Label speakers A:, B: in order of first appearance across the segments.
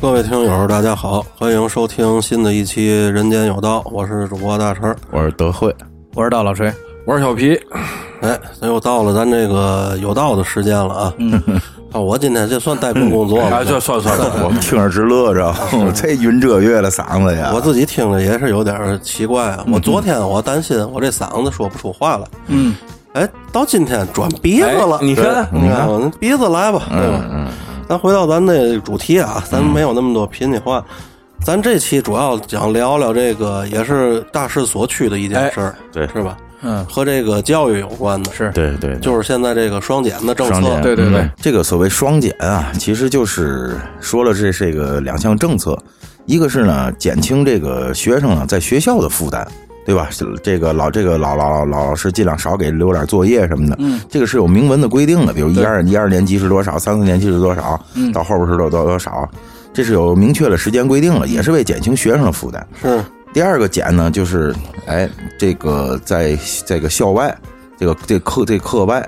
A: 各位听友，大家好，欢迎收听新的一期《人间有道》，我是主播大陈。
B: 我是德惠，
C: 我是道老锤，
D: 我是小皮，
A: 哎，咱又到了咱这个有道的时间了啊！
D: 嗯
A: 啊，我今天这啊算带病工作
C: 哦
A: 吗？
D: 哎，这算算
B: 我
D: 算，
B: 们听着直乐 着，这云遮月了嗓子呀
A: 我！自己听着也是有点儿奇怪啊。我昨天我担心我这嗓子说不出话来，嗯，哎，到今天转鼻子了，
D: 哎你看
A: 对你看，我那鼻子来吧，对吧？咱回到咱那主题啊，咱没有那么多贫气话，咱这期主要想聊聊这个也是大势所趋的一件事儿，
B: 对
A: 是吧？
C: 嗯
A: 和这个教育有关的，
C: 是
B: 对对，
A: 就是现在这个双减的政
B: 双
A: 策
B: 减，，
C: 对对对
B: 嗯，这个所谓双减啊，其实就是说了这这个两项政策，一个是呢减轻这个学生啊在学校的负担。对吧？是这个老这个老老老老老师尽量少给留点作业什么的，嗯，这个是有明文的规定的，比如一二一二年级是多少，三四年级是多少，
C: 嗯
B: 到后边是多多多少，这是有明确的时间规定了，也是为减轻学生的负担。
A: 是
B: 第二个减呢，就是哎，这个在这个校外，这个这课这课外，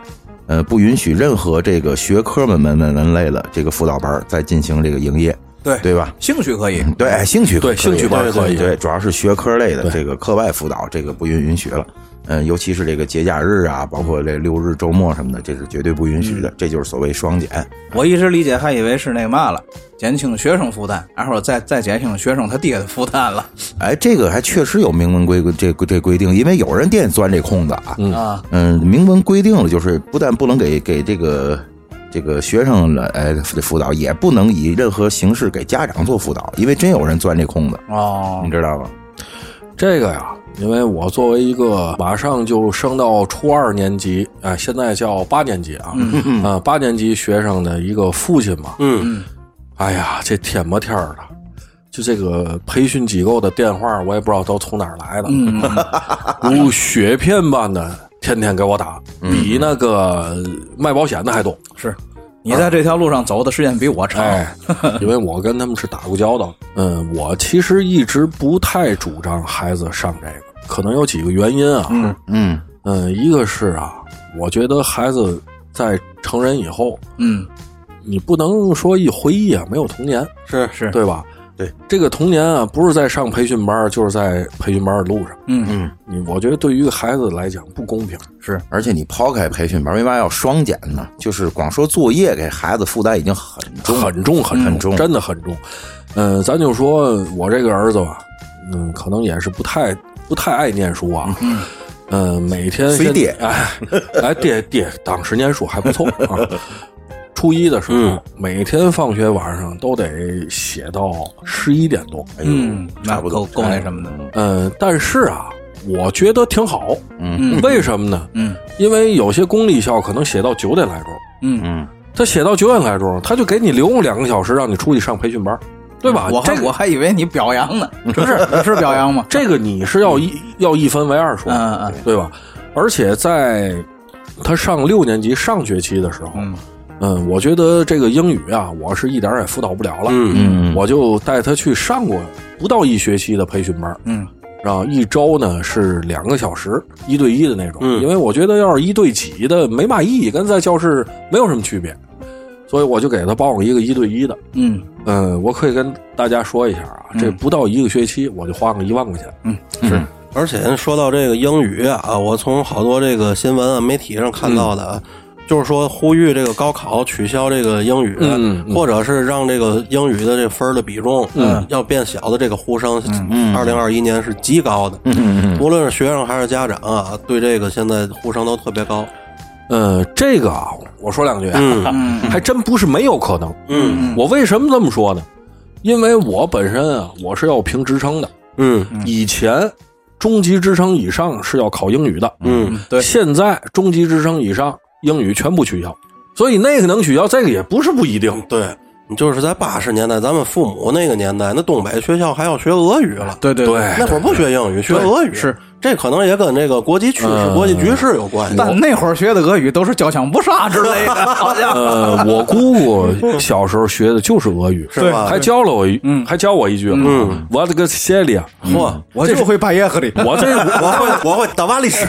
B: 呃，不允许任何这个学科门门门门类的这个辅导班儿再进行这个营业，
C: 对
B: 对吧？
C: 兴趣可以，
B: 对，哎兴趣
D: 对
B: 可以
D: 兴趣班儿可以
B: 对，对主要是学科类的这个课外辅导，这个不允允许了。嗯，尤其是这个节假日啊，包括这六日周末什么的，这是绝对不允许
D: 嗯
B: 的。这就是所谓双减。
C: 我一直理解还以为是那嘛了，减轻学生负担，然后再再减轻学生他爹的负担了
B: 哎，这个还确实有明文规这这规定，因为有人惦记钻这空子啊。
C: 啊，
B: 嗯，明文规定了，就是不但不能给给这个这个学生来哎辅导，也不能以任何形式给家长做辅导，因为真有人钻这空子，
C: 哦
B: 你，知道吗？
D: 这个呀，因为我作为一个马上就升到初二年级，啊，现在叫八年级啊，啊，八年级学生的一个父亲嘛，
A: 嗯，
D: 哎呀，这天不天儿的。就这个培训机构的电话，我也不知道都从哪儿来的，
C: 嗯
D: 如雪片般的天天给我打，比那个卖保险的还多。
C: 是你在这条路上走的时间比我长，
D: 哎，因为我跟他们是打过交道，嗯，我其实一直不太主张孩子上这个，可能有几个原因啊，嗯
B: 嗯，
D: 一个是啊，我觉得孩子在成人以后，
C: 嗯，
D: 你不能说一回忆啊没有童年，
A: 是
C: 是，
D: 对吧？
B: 对，
D: 这个童年啊，不是在上培训班，就是在培训班的路上。
C: 嗯
B: 嗯，
D: 你我觉得对于一个孩子来讲不公平。
B: 而且你抛开培训班，为嘛要双减呢？就是光说作业给孩子负担已经很重了，
D: 很重很重，
B: 很重
D: 真的很重。嗯、咱就说我这个儿子吧，嗯，可能也是不太不太爱念书啊。嗯，每天
B: 随
D: 先
B: 爹
D: 哎哎爹爹，当时念书还不错啊。初一的时候，
A: 嗯
D: 每天放学晚上都得写到十一点多。
B: 哎呦
C: 嗯，那
B: 差不
C: 够
B: 多
C: 够那什么的，
D: 嗯、但是啊，我觉得挺好。
B: 嗯
D: 为什么呢？
C: 嗯
D: 因为有些公立校可能写到九点来钟，
C: 嗯，
B: 嗯，
D: 他写到九点来钟，他就给你留两个小时，让你出去上培训班，对吧？
C: 嗯我还
D: 这个
C: 我还以为你表扬呢，不是不是表扬吗？
D: 这个你是要一、要一分为二说，
C: 嗯嗯
D: 对吧？而且在他上六年级上学期的时候，嗯
C: 嗯
D: 我觉得这个英语啊，我是一点儿也辅导不了了，
A: 嗯
D: 我就带他去上过不到一学期的培训班，
C: 嗯，
D: 然后一周呢是两个小时一对一的那种，
A: 嗯
D: 因为我觉得要是一对几的没嘛意义，跟在教室没有什么区别，所以我就给他报了一个一对一的。
C: 嗯
D: 嗯，我可以跟大家说一下啊，
A: 嗯
D: 这不到一个学期我就花了一万块钱，
A: 而且说到这个英语啊，我从好多这个新闻啊、媒体上看到的啊，就是说呼吁这个高考取消这个英语，
D: 嗯嗯
A: 或者是让这个英语的这分儿的比重，嗯，要变小的这个呼声，二零二一年是极高的，嗯嗯，无论是学生还是家长啊，对这个现在呼声都特别高，
D: 呃，这个啊，我说两句，
A: 嗯
C: 嗯
D: 还真不是没有可能。
A: 嗯
D: 我为什么这么说呢？因为我本身啊，我是要评职称的。
A: 嗯
D: 以前中级职称以上是要考英语的，
A: 嗯，
C: 嗯，对，
D: 现在中级职称以上英语全部取消，所以那个能取消，这个也不是不一定。
A: 对。你就是在八十年代，咱们父母那个年代，那东北学校还要学俄语了，
C: 对对
D: 对
A: 那会儿不学英语，学俄语
C: 是嗯
A: 这可能也跟这个国际趋势、国际局势有关系。
C: 但那会儿学的俄语都是交枪不杀之类的，好家伙！
D: 呃，我姑姑小时候学的就是俄语，
A: 是吧
D: 还教了我一，还教我一句，嗯，我的个谢里，
A: 嚯，
C: 我就会半夜喝的。
D: 我这
A: 我会我会打瓦历史，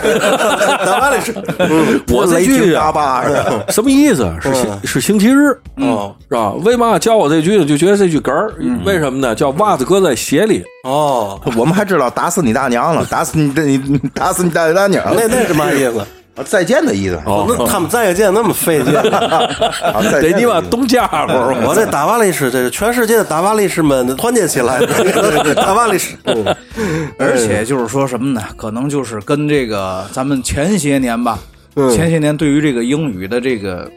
A: 打瓦历 史，
C: 嗯
D: 我这
B: 雷
D: 句
B: 霆
D: 啊
B: 八八的，
D: 什么意思？是星是星期日，
A: 哦
D: 是吧？为嘛教我这句呢？就觉得这句哏儿，为什么呢？叫袜子搁在鞋里，
A: 哦，
B: 我们还知道打死你大娘了，打死你这你打死你大大娘，
A: 那那是嘛意 思？
B: 再见的意思。哦，
A: 那他们再见那么费劲，
B: 再
D: 得
B: 见的
D: 你
B: 意
D: 妈
B: 思
D: 东家伙儿，
A: 我这打瓦历史，这是全世界的打瓦历史们团结起 来，打瓦历史。嗯
C: 而且就是说什么呢？可能就是跟这个咱们前些年吧，
A: 嗯
C: 前些年对于这个英语的这个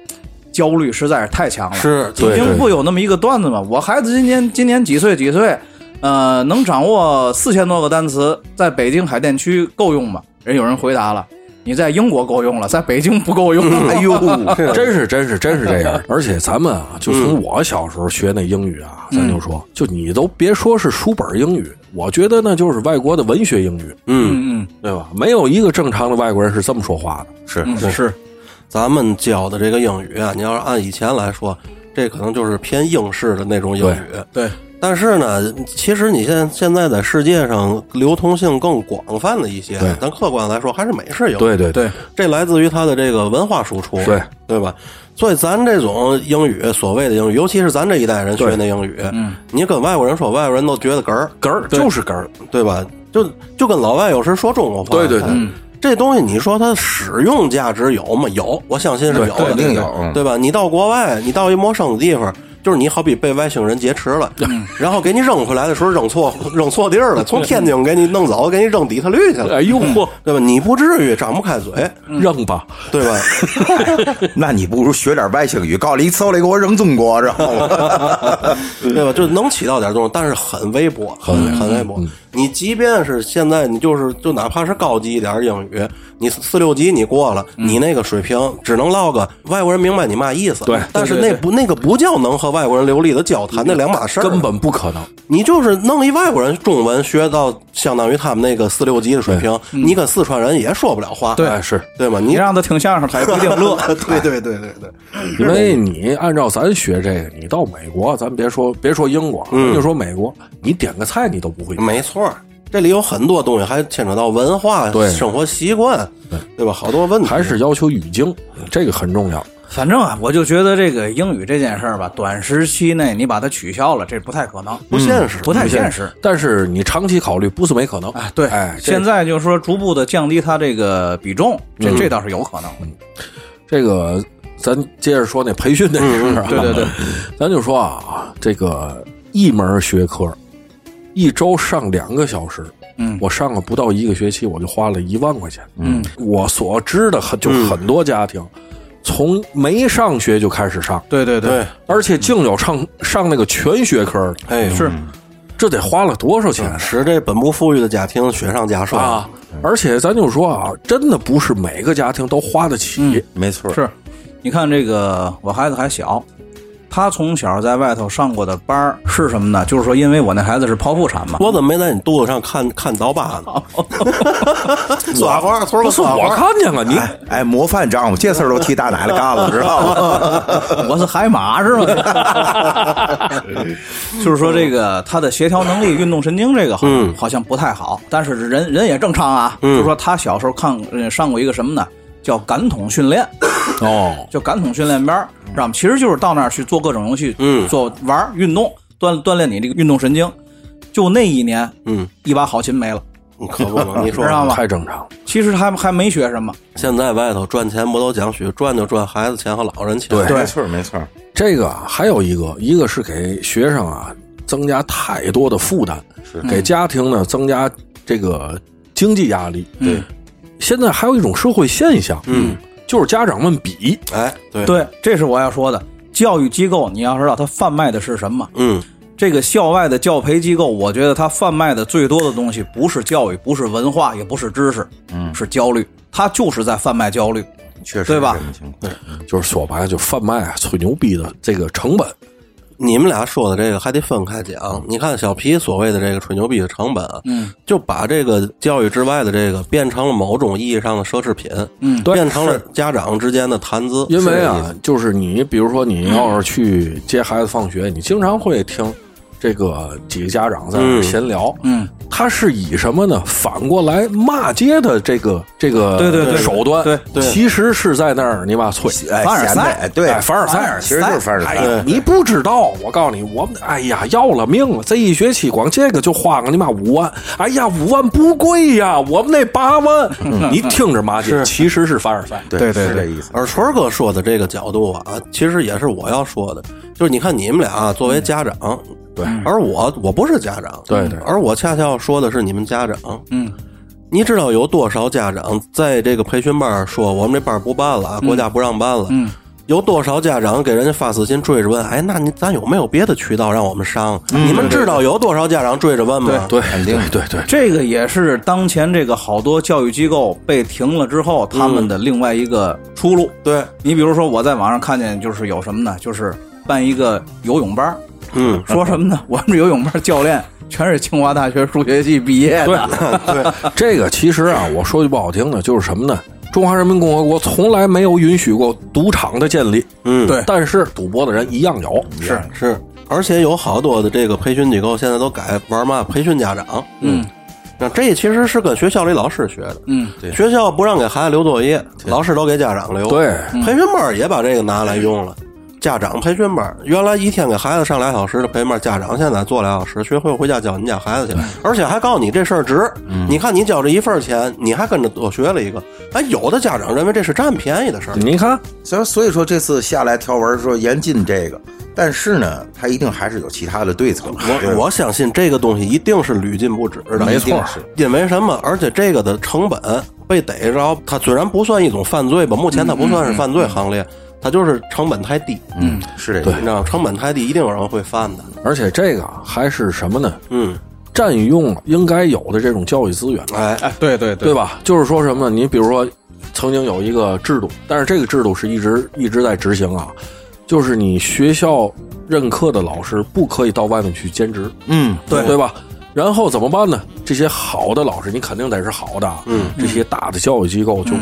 C: 焦虑实在是太强了。
A: 是
C: 北
A: 对
C: 京不有那么一个段子吗？我孩子今年今年几岁几岁？呃，能掌握四千多个单词，在北京海淀区够用吗？人有人回答了，你在英国够用了，在北京不够用。
A: 嗯
C: 哎呦，
D: 真是真是真是这样。而且咱们啊，就从我小时候学那英语啊，咱就说，就你都别说是书本英语，我觉得那就是外国的文学英语，
C: 嗯嗯，
D: 对吧？没有一个正常的外国人是这么说话的。
B: 是
A: 嗯
C: 是
A: 咱们教的这个英语啊，你要是按以前来说，这可能就是偏英式的那种英语。
C: 对，
A: 但是呢，其实你现在现在在世界上流通性更广泛了一些
D: 对，
A: 咱客观来说还是美式英语。
D: 对对
C: 对，
A: 这来自于它的这个文化输出，
D: 对
A: 对吧？所以咱这种英语，所谓的英语，尤其是咱这一代人学那英语，嗯，你跟外国人说，外国人都觉得哏儿，
D: 哏儿就是哏儿，
A: 对吧？就就跟老外有时说中国话，
D: 对对对
A: 嗯这东西你说它使用价值有吗？有，我相信是有的，
B: 肯定
A: 对
B: 有
A: 吧
B: 嗯
A: 对吧？你到国外，你到一陌生的地方。就是你好比被外星人劫持了， 然后给你扔回来的时候扔错扔错地儿了，从天津给你弄走，给你扔底特律去了，
D: 哎呦嚯，
A: 对吧？你不至于张不开嘴，
D: 扔吧，
A: 对吧？
B: 那你不如学点外星语，告诉你呲来给我扔中国，知道吗？
A: 对吧？就能起到点作用，但是很微薄，很很微薄。你即便是现在，你就是就哪怕是高级一点儿英语，你四四六级你过了，你那个水平只能落个外国人明白你嘛意思。
D: 对
A: 但是那不那个不叫能和外国人流利的交谈，那两码事儿。
D: 根本不可能。
A: 你就是弄一外国人中文学到相当于他们那个四六级的水平，你跟四川人也说不了话，
C: 对
D: 哎是
A: 对吗？
C: 你
A: 你
C: 让他听相声，他也不一定乐。
A: 对对对对对，
D: 因为你按照咱学这个，你到美国，咱别说别说英国，咱就说美国，你点个菜你都不会。
A: 没错儿。这里有很多东西，还牵扯到文化、
D: 对
A: 生活习惯，对吧？好多问题
D: 还是要求语境，这个很重要。
C: 反正啊，我就觉得这个英语这件事儿吧，短时期内你把它取消了，这不太可能，
A: 不
D: 嗯
A: 现实。
C: 不太现实。
D: 但是你长期考虑，不是没可能。
C: 哎，对，
D: 哎，这
C: 现在就是说逐步的降低它这个比重，这、这倒是有可能的。
D: 这个咱接着说那培训那事儿、啊
C: 嗯对对对，
D: 咱就说啊，这个一门学科，一周上两个小时。
C: 嗯
D: 我上了不到一个学期，我就花了一万块钱。
C: 嗯，
D: 我所知的很就很多家庭，从没上学就开始上，
C: 对对
A: 对，
D: 而且竟有上上那个全学科的，
A: 哎，
C: 是
D: 这得花了多少钱？
A: 使这本不富裕的家庭雪上加
C: 嗯
A: 霜
D: 啊！而且咱就说啊，真的不是每个家庭都花得
C: 嗯
D: 起。
B: 没错，
C: 是，你看这个，我孩子还小，他从小在外头上过的班儿是什么呢？就是说，因为我那孩子是剖腹产嘛，
A: 我怎么没在你肚子上看看刀疤呢？ 耍花，村儿个
D: 不是
A: 耍
D: 我
A: 花，
D: 看见了，你
B: 啊哎哎，模范丈夫，这事儿都替大奶奶干了，知道吗？
C: 我是海马是吗？ 就是说这个他的协调能力、运动神经这个好像、
A: 嗯
C: 好像不太好，但是人人也正常啊。就是说他小时候看呃上过一个什么呢？叫感统训练，
D: 哦，
C: 叫感统训练班儿，知道吗？其实就是到那儿去做各种游戏，
A: 嗯
C: 做玩儿运动，锻锻炼你这个运动神经。就那一年，
A: 嗯，
C: 一把好琴没了，
A: 你可不嘛，你说
C: 知道吗
D: 太正常了。
C: 其实还还没学什么，
A: 现在外头赚钱不都讲许赚就赚孩子钱和老人钱？
D: 对
B: 没错，没错，
D: 这个啊还有一个，一个是给学生啊增加太多的负担，是给家庭呢增加这个经济压力。对，现在还有一种社会现象，嗯，就是家长们比，
A: 哎，对，
C: 对，这是我要说的。教育机构，你要知道它贩卖的是什么，
A: 嗯，
C: 这个校外的教培机构，我觉得它贩卖的最多的东西不是教育，不是文化，也不是知识，嗯，是焦虑，它就是在贩卖焦虑。
B: 确实
C: 对吧
B: 是这么情况
D: 就是说白了就贩卖啊吹牛逼的这个成本。
A: 你们俩说的这个还得分开讲。你看小皮所谓的这个吹牛逼的成本，嗯，就把这个教育之外的这个变成了某种意义上的奢侈品，嗯，
D: 对
A: 变成了家长之间的谈资。
D: 因为啊，就是你比如说你要是去接孩子放学，你经常会听这个几个家长在那儿闲聊，嗯，他是以什么呢？反过来骂街的这个这个
C: 对对对
D: 手段，
C: 对
A: 对
D: 其实是在那儿你妈催。
B: 哎
C: 凡尔
B: 闲的
C: 赛
B: 哎对
D: 哎，凡尔
C: 凡
D: 赛
C: 尔，
B: 其实就是凡尔
D: 哎
B: 赛。
D: 呀，你不知道，我告诉你，我们哎呀要了命了，这一学期光这个就花个你妈五万，哎呀五万不贵呀，我们那八万，你听着骂街，其实是凡尔赛。
B: 对对，是这意思。
A: 而春儿哥说的这个角度啊，其实也是我要说的，就是你看你们俩、啊、作为家长，对，而我我不是家长，
D: 对对
A: 而我恰恰要说的是你们家长，嗯。你知道有多少家长在这个培训班儿说我们这班儿不办了，啊，国家不让办了？嗯，有多少家长给人家发私信追着问？哎，那你咱有没有别的渠道让我们上？啊你们知道有多少家长追着问吗？
D: 对，肯定对对对
C: 这个也是当前这个好多教育机构被停了之后，他们的另外一个出路。
A: 对，
C: 你比如说，我在网上看见就是有什么呢？就是办一个游泳班儿，
A: 嗯，
C: 说什么呢？ 我们这游泳班教练全是清华大学数学系毕业的。
D: 这个其实啊，我说句不好听的，就是什么呢？中华人民共和国从来没有允许过赌场的建立，
A: 嗯，
C: 对
D: 但是赌博的人一样有，是
A: 是，而且有好多的这个培训机构现在都改玩嘛培训家长，嗯，那这其实是跟学校里老师学的，
C: 嗯，
A: 学校不让给孩子留作业，老师都给家长留，嗯
D: 对
A: 培训班儿也把这个拿来用了。家长培训班儿，原来一天给孩子上俩小时的培训班儿，家长现在做俩小时，学会回家教你家孩子去，而且还告诉你这事儿值。你看你交这一份儿钱，你还跟着多学了一个。哎，有的家长认为这是占便宜的事儿，
D: 你看，
B: 所以所以说这次下来条文说严禁这个，但是呢，他一定还是有其他的对策。对
A: 我我相信这个东西一定是屡禁不止的，
B: 没错一定是
A: 因为什么？而且这个的成本被逮着，它虽然不算一种犯罪吧，目前它不算是犯罪行列，它就是成本太低，
B: 嗯，是这意
A: 你
B: 思。
A: 知道吗？成本太低，一定有人会犯的。
D: 而且这个啊还是什么呢？
A: 嗯，
D: 占用了应该有的这种教育资源，啊
A: 哎，
C: 哎，对对
D: 对，吧？就是说什么呢？你比如说，曾经有一个制度，但是这个制度是一直一直在执行啊，就是你学校任课的老师不可以到外面去兼职，
B: 嗯，
D: 对对吧？然后怎么办呢？这些好的老师，你肯定得是好的，嗯，这些大的教育机构就、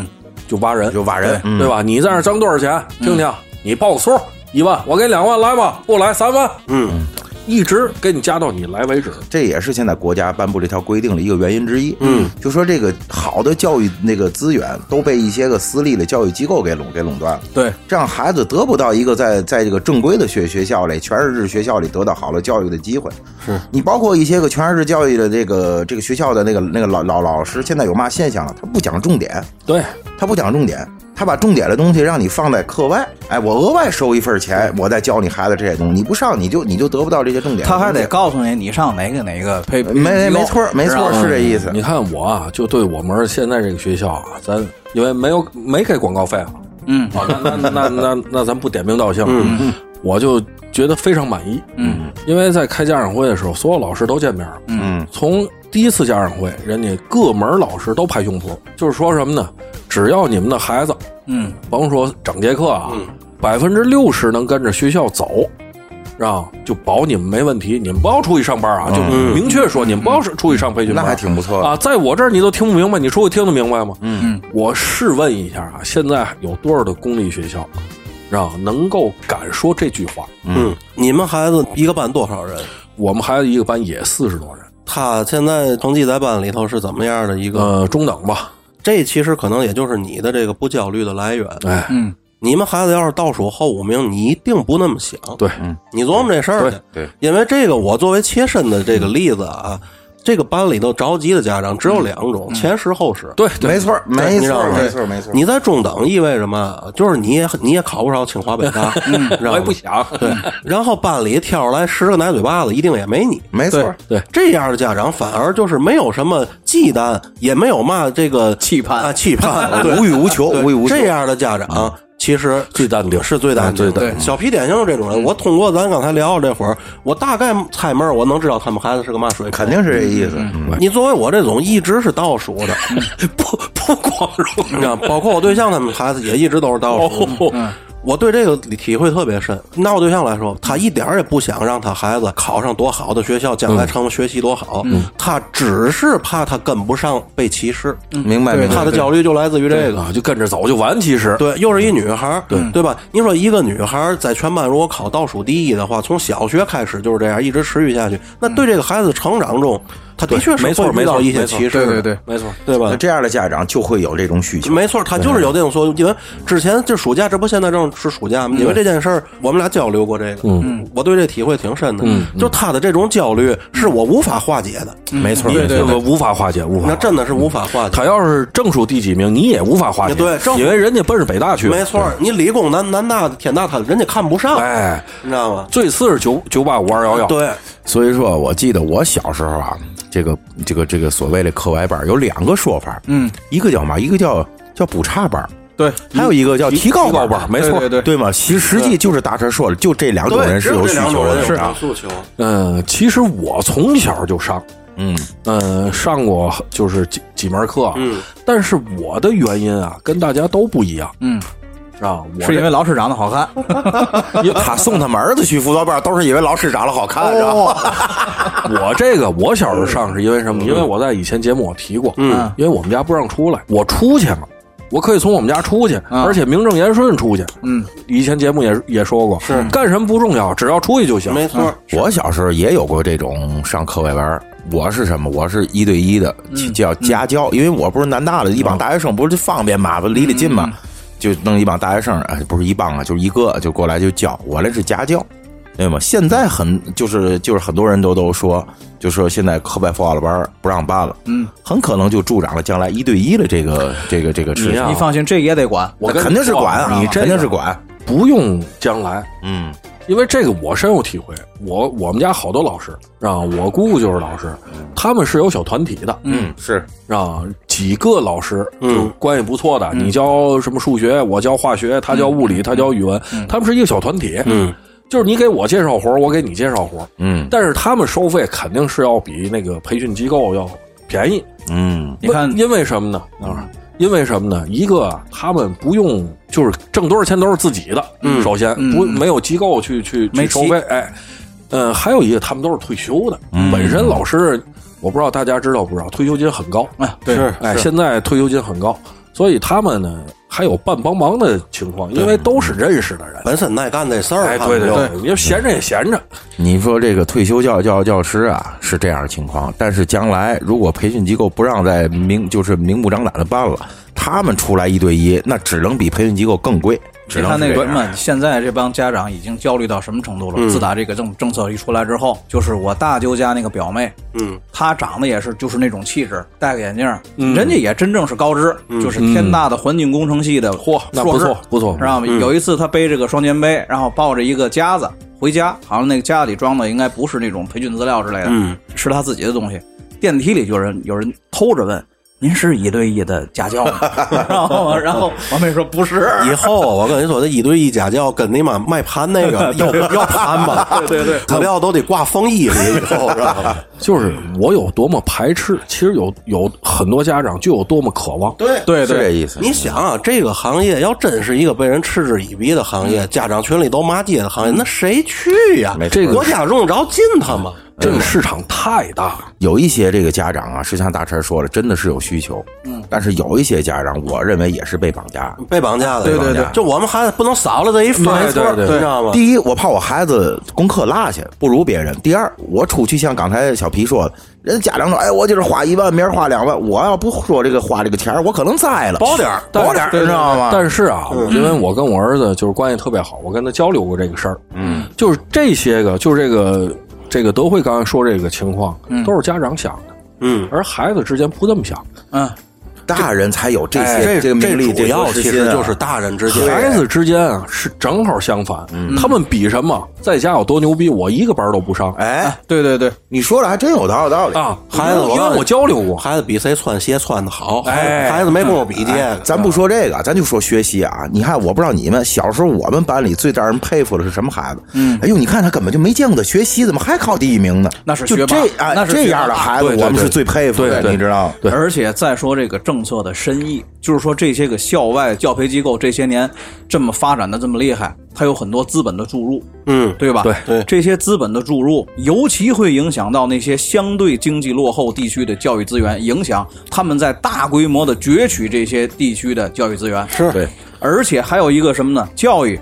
D: 就挖人，
B: 就挖人，嗯
D: 对吧？你在那儿挣多少钱？听听，你报个数，一万，我给两万，来吧？不来三万，
A: 嗯，
D: 一直给你加到你来为止。
B: 这也是现在国家颁布这条规定的一个原因之一。嗯，就说这个好的教育那个资源都被一些个私立的教育机构给垄给垄断了，
C: 对，
B: 让孩子得不到一个在在这个正规的学学校里全日制学校里得到好的教育的机会。是你包括一些个全日制教育的这个这个学校的那个那个老老老师，现在有嘛现象了？他不讲重点，
D: 对，
B: 他不讲重点，他把重点的东西让你放在课外。哎，我额外收一份钱，我再教你孩子这些东西，你不上你就你就得不到这些重点。
C: 他还得告诉你你上哪个哪个培培训
B: 没
C: 机构
B: 没错没
C: 是吧
B: 错是这意思。
D: 你看我啊，就对我们现在这个学校啊，咱因为没有没给广告费啊，
C: 嗯
D: 啊，那那那那那那咱不点名道姓，嗯，我就觉得非常满意，嗯，因为在开家长会的时候，所有老师都见面了，嗯，从第一次家长会，人家各门老师都拍胸脯，就是说什么呢？只要你们的孩子，
C: 嗯，
D: 甭说整节课啊，百分之六十能跟着学校走。啊，就保你们没问题，你们不要出去上班啊！就明确说，你们不要出去上培训
B: 嗯那
D: 班，
B: 还挺不错的
D: 啊！在我这儿你都听不明白，你出去听得明白吗？嗯，我试问一下啊，现在有多少的公立学校，啊，能够敢说这句话？
A: 嗯，你们孩子一个班多少人？
D: 我们孩子一个班也四十多人，
A: 他现在成绩在班里头是怎么样的一
B: 嗯
A: 个？
D: 呃，中等吧，
A: 这其实可能也就是你的这个不焦虑的来源。
D: 哎，
A: 你们孩子要是倒数后五名，你一定不那么想。
D: 对，
B: 嗯
A: 你琢磨这事儿去。
B: 对对，
A: 因为这个我作为切身的这个例子啊，这个班里头着急的家长只有两种，前十后十。
D: 对，对，
B: 没错，没
A: 你知道
B: 错，
A: 吗
B: 没错，没错。
A: 你在中等意味着嘛？就是你也你也考不上清华北大，知道吗
D: 我也不想，对，
A: 然后班里挑出来十个奶嘴巴子，一定也没你。
B: 没错，
A: 这样的家长反而就是没有什么忌惮，也没有嘛这个
C: 期盼
A: 啊期盼，对
B: 无欲无求，
A: 对
B: 无欲无求。
A: 这样的家长其实
D: 最淡定
A: 嗯是最淡定的。嗯
D: 最淡
A: 小皮典型是这种人。我通过咱刚才聊的这会儿，我大概猜门儿，我能知道他们孩子是个嘛水平。
B: 肯定是这意思，嗯
A: 你作为我这种一直是倒数 的，
D: 不不光荣
A: 你知道，包括我对象他们孩子也一直都是倒数。嗯
D: 哦，
A: 我对这个体会特别深。拿我对象来说，他一点儿也不想让他孩子考上多好的学校，将来成学习多好，他只是怕他跟不上被歧视。
B: 嗯明白明白
A: 他的焦虑就来自于这个。
D: 啊，就跟着走就完。其实，
A: 对，又是一女孩，对对吧？你说一个女孩在全班如果考倒数第一的话，从小学开始就是这样，一直持续下去，那对这个孩子成长中，他的确是
D: 没错
A: 会遇到
D: 没错
A: 一些
D: 没错
A: 歧视的，
C: 对对对
D: 没错，
A: 对吧
B: 那？这样的家长就会有这种需求。
A: 没错，他就是有这种说，因为之前就暑假，这不现在正是暑假吗？因为这件事儿，我们俩交流过这个，嗯，我对这体会挺深的。
D: 嗯
A: 就他的这种焦虑是我无法化解的，
B: 没错，
D: 你
B: 没错
D: 这个无法化解，无法化
A: 那
D: 解。
A: 真的是无法化解。
D: 他要是正数第几名，你也无法化解，
A: 对正
D: 因为人家奔着北大去，
A: 没错，你理工南南大天大，他人家看不上，
D: 嗯哎，
A: 你知道吗？
D: 最次是九九八五二幺幺，
A: 对，
B: 所以说，我记得我小时候啊，这个这个这个所谓的课外班儿有两个说法，嗯，一个叫嘛，一个叫叫补差班儿，
C: 对，
B: 还有一个叫提高
D: 提高
B: 班儿，
D: 班儿没错
C: 对对对
B: 吗？其实实际就是大车说了，就这两种
A: 对，
B: 人
A: 只
B: 是
A: 有
B: 有
A: 这
B: 需
A: 两
B: 求
A: 种人
B: 的，
A: 有这
B: 啊
A: 种，诉求。
D: 嗯，其实我从小就上，
B: 嗯，
D: 嗯，上过就是几几门课，
A: 嗯，
D: 但是我的原因啊，跟大家都不一样，
C: 嗯，
D: 啊，我
C: 是因为老师长得好看，
B: 他送他们儿子去辅导班儿，都是因为老师长得好看，是吧？
D: 我这个我小时候上是因为什么？因为我在以前节目我提过，
A: 嗯，
D: 因为我们家不让出来，我出去了，我可以从我们家出去，而且名正言顺出去。
C: 嗯，
D: 以前节目也也说过，是干什么不重要，只要出去就行。
A: 没错，
B: 我小时候也有过这种上课外班儿。我是什么？我是一对一的，
D: 嗯
B: 叫家教，因为我不是南
D: 哦
B: 大的，一帮大学生不是就方便嘛，不离得近
D: 嗯
B: 嘛，就弄一帮大学生，哎，不是一帮啊，就是一个就过来就教。我那是家教，对吗？现在很就是就是很多人都都说，就说现在课外辅导班儿不让办了，嗯，很可能就助长了将来一对一的这个这个这个事
D: 你
B: 情
D: 啊。
C: 你放心，这也得管。
D: 我
B: 那
D: 跟
B: 肯定是
D: 你说
B: 管
D: 啊
B: 啊，
D: 你这
B: 肯定
D: 个
B: 是管，
D: 不用将来，
B: 嗯，
D: 因为这个我深有体会。我我们家好多老师啊，我姑姑就是老师，他们是有小团体的，
B: 嗯是，
D: 啊，几个老师就关系不错的，你教什么数学，我教化学，他教物理，他教语文，他们是一个小团体，嗯，就是你给我介绍活儿我给你介绍活儿
B: 嗯
D: 但是他们收费肯定是要比那个培训机构要便宜，
B: 嗯
C: 你看
D: 为因为什么呢？啊，因为什么呢？一个他们不用，就是挣多少钱都是自己的，嗯，首先不没有机构去去
C: 没
D: 去收
C: 急
D: 费，哎，呃，还有一个他们都是退休的，
B: 嗯
D: 本身老师我不知道大家知道不知道，退休金很高，
C: 哎，对，
A: 是
D: 哎，现在退休金很高，所以他们呢还有半帮忙的情况，因为都是认识的人。
A: 本身爱干这事儿，
D: 哎，
A: 他
D: 对
A: 们
D: 对
A: 就
D: 对，你就闲着也闲着，
B: 你说这个退休教教教师啊是这样的情况，但是将来如果培训机构不让再明就是明目张胆的办了，他们出来一对一，那只能比培训机构更贵，只
C: 你
B: 能
C: 看那
B: 是
C: 个
B: 这
C: 什
B: 样
C: 么，现在这帮家长已经焦虑到什么程度了？自打这个政政策一出来之后，就是我大舅家那个表妹，
A: 嗯，
C: 她长得也是就是那种气质，戴个眼镜儿，人家也真正是高知，就是天大的环境工程系的嚯，
D: 那不
C: 硕士
D: 错不错
C: 知道吗？有一次她背着个双肩背，然后抱着一个夹子回家，好像那个夹子里装的应该不是那种培训资料之类的，
A: 嗯，
C: 是她自己的东西。电梯里就有人有人偷着问。您是一对一的家教吗？ 然后，然后王妹说不是，
A: 以后啊我跟你说，这一对一家教跟你妈卖盘那个要要盘吧，对对对，可不要都得挂风衣里，以后是吧？
D: 就是我有多么排斥，其实有有很多家长就有多么渴望。
A: 对
C: 对
B: 是这
C: 对，
B: 意思。
A: 你想啊，这个行业要真是一个被人嗤之以鼻的行业，家长群里都骂街的行业，那谁去呀
B: 没？错
A: 这国家用着进他吗？
D: 这个市场太大了，
B: 有一些这个家长啊，是像大陈说了，真的是有需求，嗯，但是有一些家长，我认为也是被绑架。
A: 被绑架的，
B: 对对对
A: 就我们孩子不能少了这一分儿，
D: 没错对对对
A: 你知道吗？
B: 第一，我怕我孩子功课落下，不如别人；第二，我出去像刚才小皮说的，人家家长说，哎，我就是花一万，明儿花两万，我要不说这个花这个钱儿，我可能栽了，
A: 包点儿
B: 包点儿，你知道吗？
D: 但是啊，因为我跟我儿子就是关系特别好，我跟他交流过这个事儿，嗯，就是这些个，就是这个这个德惠刚才说这个情况，都是家长想的，
A: 嗯，
D: 而孩子之间不这么想，
C: 嗯，
B: 大人才有这
A: 哎
B: 些
A: 这
B: 个魅力，
A: 主
B: 这
A: 要
B: 个
A: 其
B: 自信
A: 实
B: 啊
A: 就是大人之间，
D: 孩子之间啊是正好相反，他们比什么，在家有多牛逼，我一个班儿都不上
B: 哎，
C: 对对对，
B: 你说的还真有道有道理。
D: 啊，
A: 孩子
D: 因为
A: 我
D: 因
A: 告诉
D: 为
A: 你
D: 我交流过，
A: 孩子比谁穿鞋穿的好，
D: 哎
A: 孩子没工夫比这个。
B: 咱不说这个，咱就说学习啊。你看，我不知道你们小时候，我们班里最让人佩服的是什么孩子？嗯，哎呦，你看他根本就没见过他学习，怎么还考第一名呢？
C: 那是
B: 就
C: 学霸
B: 这啊，
C: 那是学霸
B: 这样的孩子，
D: 对对
B: 我们
D: 对
B: 是最佩服的，
D: 对对
B: 你知道吗？
D: 对
C: 而且再说这个政政策的深意，就是说这些个校外教培机构这些年这么发展的这么厉害，它有很多资本的注入，
A: 嗯，
C: 对吧？
D: 对
A: 对
C: 这些资本的注入，尤其会影响到那些相对经济落后地区的教育资源，影响他们在大规模的攫取这些地区的教育资源。
A: 是
D: 对
C: 而且还有一个什么呢？教育，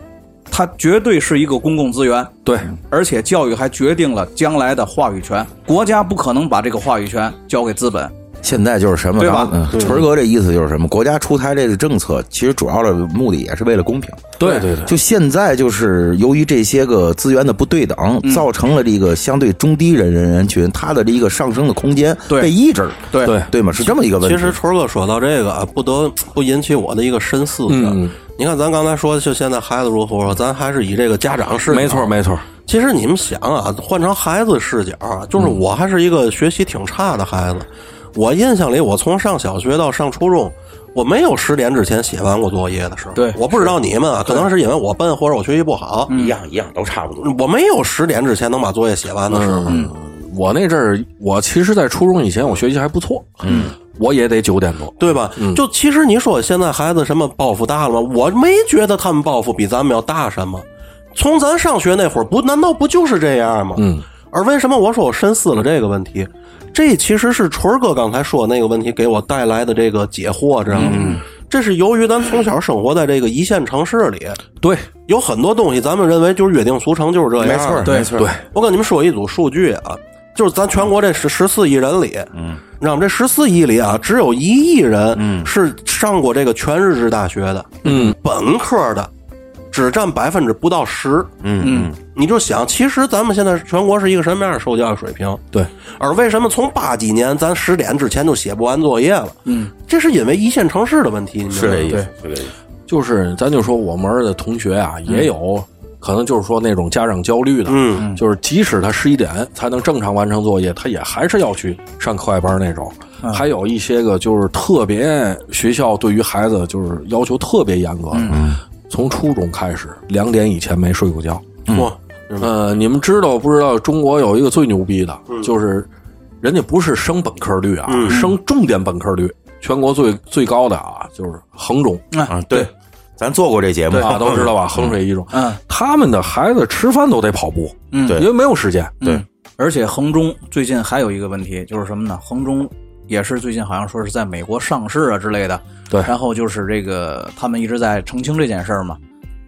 C: 它绝对是一个公共资源，
D: 对，
C: 而且教育还决定了将来的话语权。国家不可能把这个话语权交给资本。
B: 现在就是什么？
C: 对吧
B: 嗯纯哥这意思就是什么？国家出台这个政策，其实主要的目的也是为了公平。
D: 对对对，
B: 就现在，就是由于这些个资源的不对等，
C: 嗯
B: 造成了这个相对中低人人人群他的这一个上升的空间
C: 对
B: 被抑制了，
C: 对
D: 对
B: 对吗？是这么一个问题。
A: 其实春儿哥说到这个啊，不得不引起我的一个深思。
D: 嗯，
A: 你看咱刚才说，就现在孩子如何，咱还是以这个家长视角。
D: 没错没错，
A: 其实你们想啊，换成孩子视角啊，就是
D: 嗯
A: 我还是一个学习挺差的孩子。我印象里，我从上小学到上初中，我没有十点之前写完过作业的时候。
C: 对
A: 我不知道你们啊，可能是因为我笨或者我学习不好，
E: 一样一样都差不多。
A: 我没有十点之前能把作业写完的时
D: 嗯
A: 候。
D: 我那阵儿我其实，在初中以前我学习还不错，嗯，我也得九点多，
A: 对吧？就其实你说现在孩子什么抱负大了吗？我没觉得他们抱负比咱们要大什么。从咱上学那会儿，不难道不就是这样吗？
D: 嗯。
A: 而为什么我说我深思了这个问题？这其实是纯儿哥刚才说的那个问题给我带来的这个解惑，知道吗？这是由于咱从小生活在这个一线城市里，
D: 对
A: 有很多东西咱们认为就是约定俗成，就是这样。
B: 没错
A: 对
D: 错对，
A: 我跟你们说一组数据啊，就是咱全国这十十四亿人里，嗯，让这十四亿里啊，只有一亿人，嗯，是上过这个全日制大学的，
D: 嗯，
A: 本科的只占百分之不到十，
B: 嗯，
A: 你就想，其实咱们现在全国是一个什么样的受教育水平？
D: 对，
A: 而为什么从八几年咱十点之前就写不完作业了？嗯，这是因为一线城市的问题，你知
B: 是
A: 道吗
B: 这意思。
E: 这个
D: 就是咱就说我们儿的同学啊，也有可能就是说那种家长焦虑的，
A: 嗯，
D: 就是即使他十一点才能正常完成作业，他也还是要去上课外班那种。还有一些个就是特别学校对于孩子就是要求特别严格的，从初中开始两点以前没睡过觉。
B: 嗯
A: 哇，
D: 呃，你们知道不知道中国有一个最牛逼的，就是人家不是升本科率啊，升重点本科率，全国最最高的啊，就是衡中
B: 啊，对，咱做过这节目，
D: 啊，都知道吧？衡水一中，
C: 嗯，
D: 他们的孩子吃饭都得跑步，
C: 嗯
B: 对
D: 因为没有时间，
B: 对
C: 嗯而且衡中最近还有一个问题，就是什么呢？衡中也是最近好像说是在美国上市啊之类的。
D: 对
C: 然后就是这个他们一直在澄清这件事儿嘛。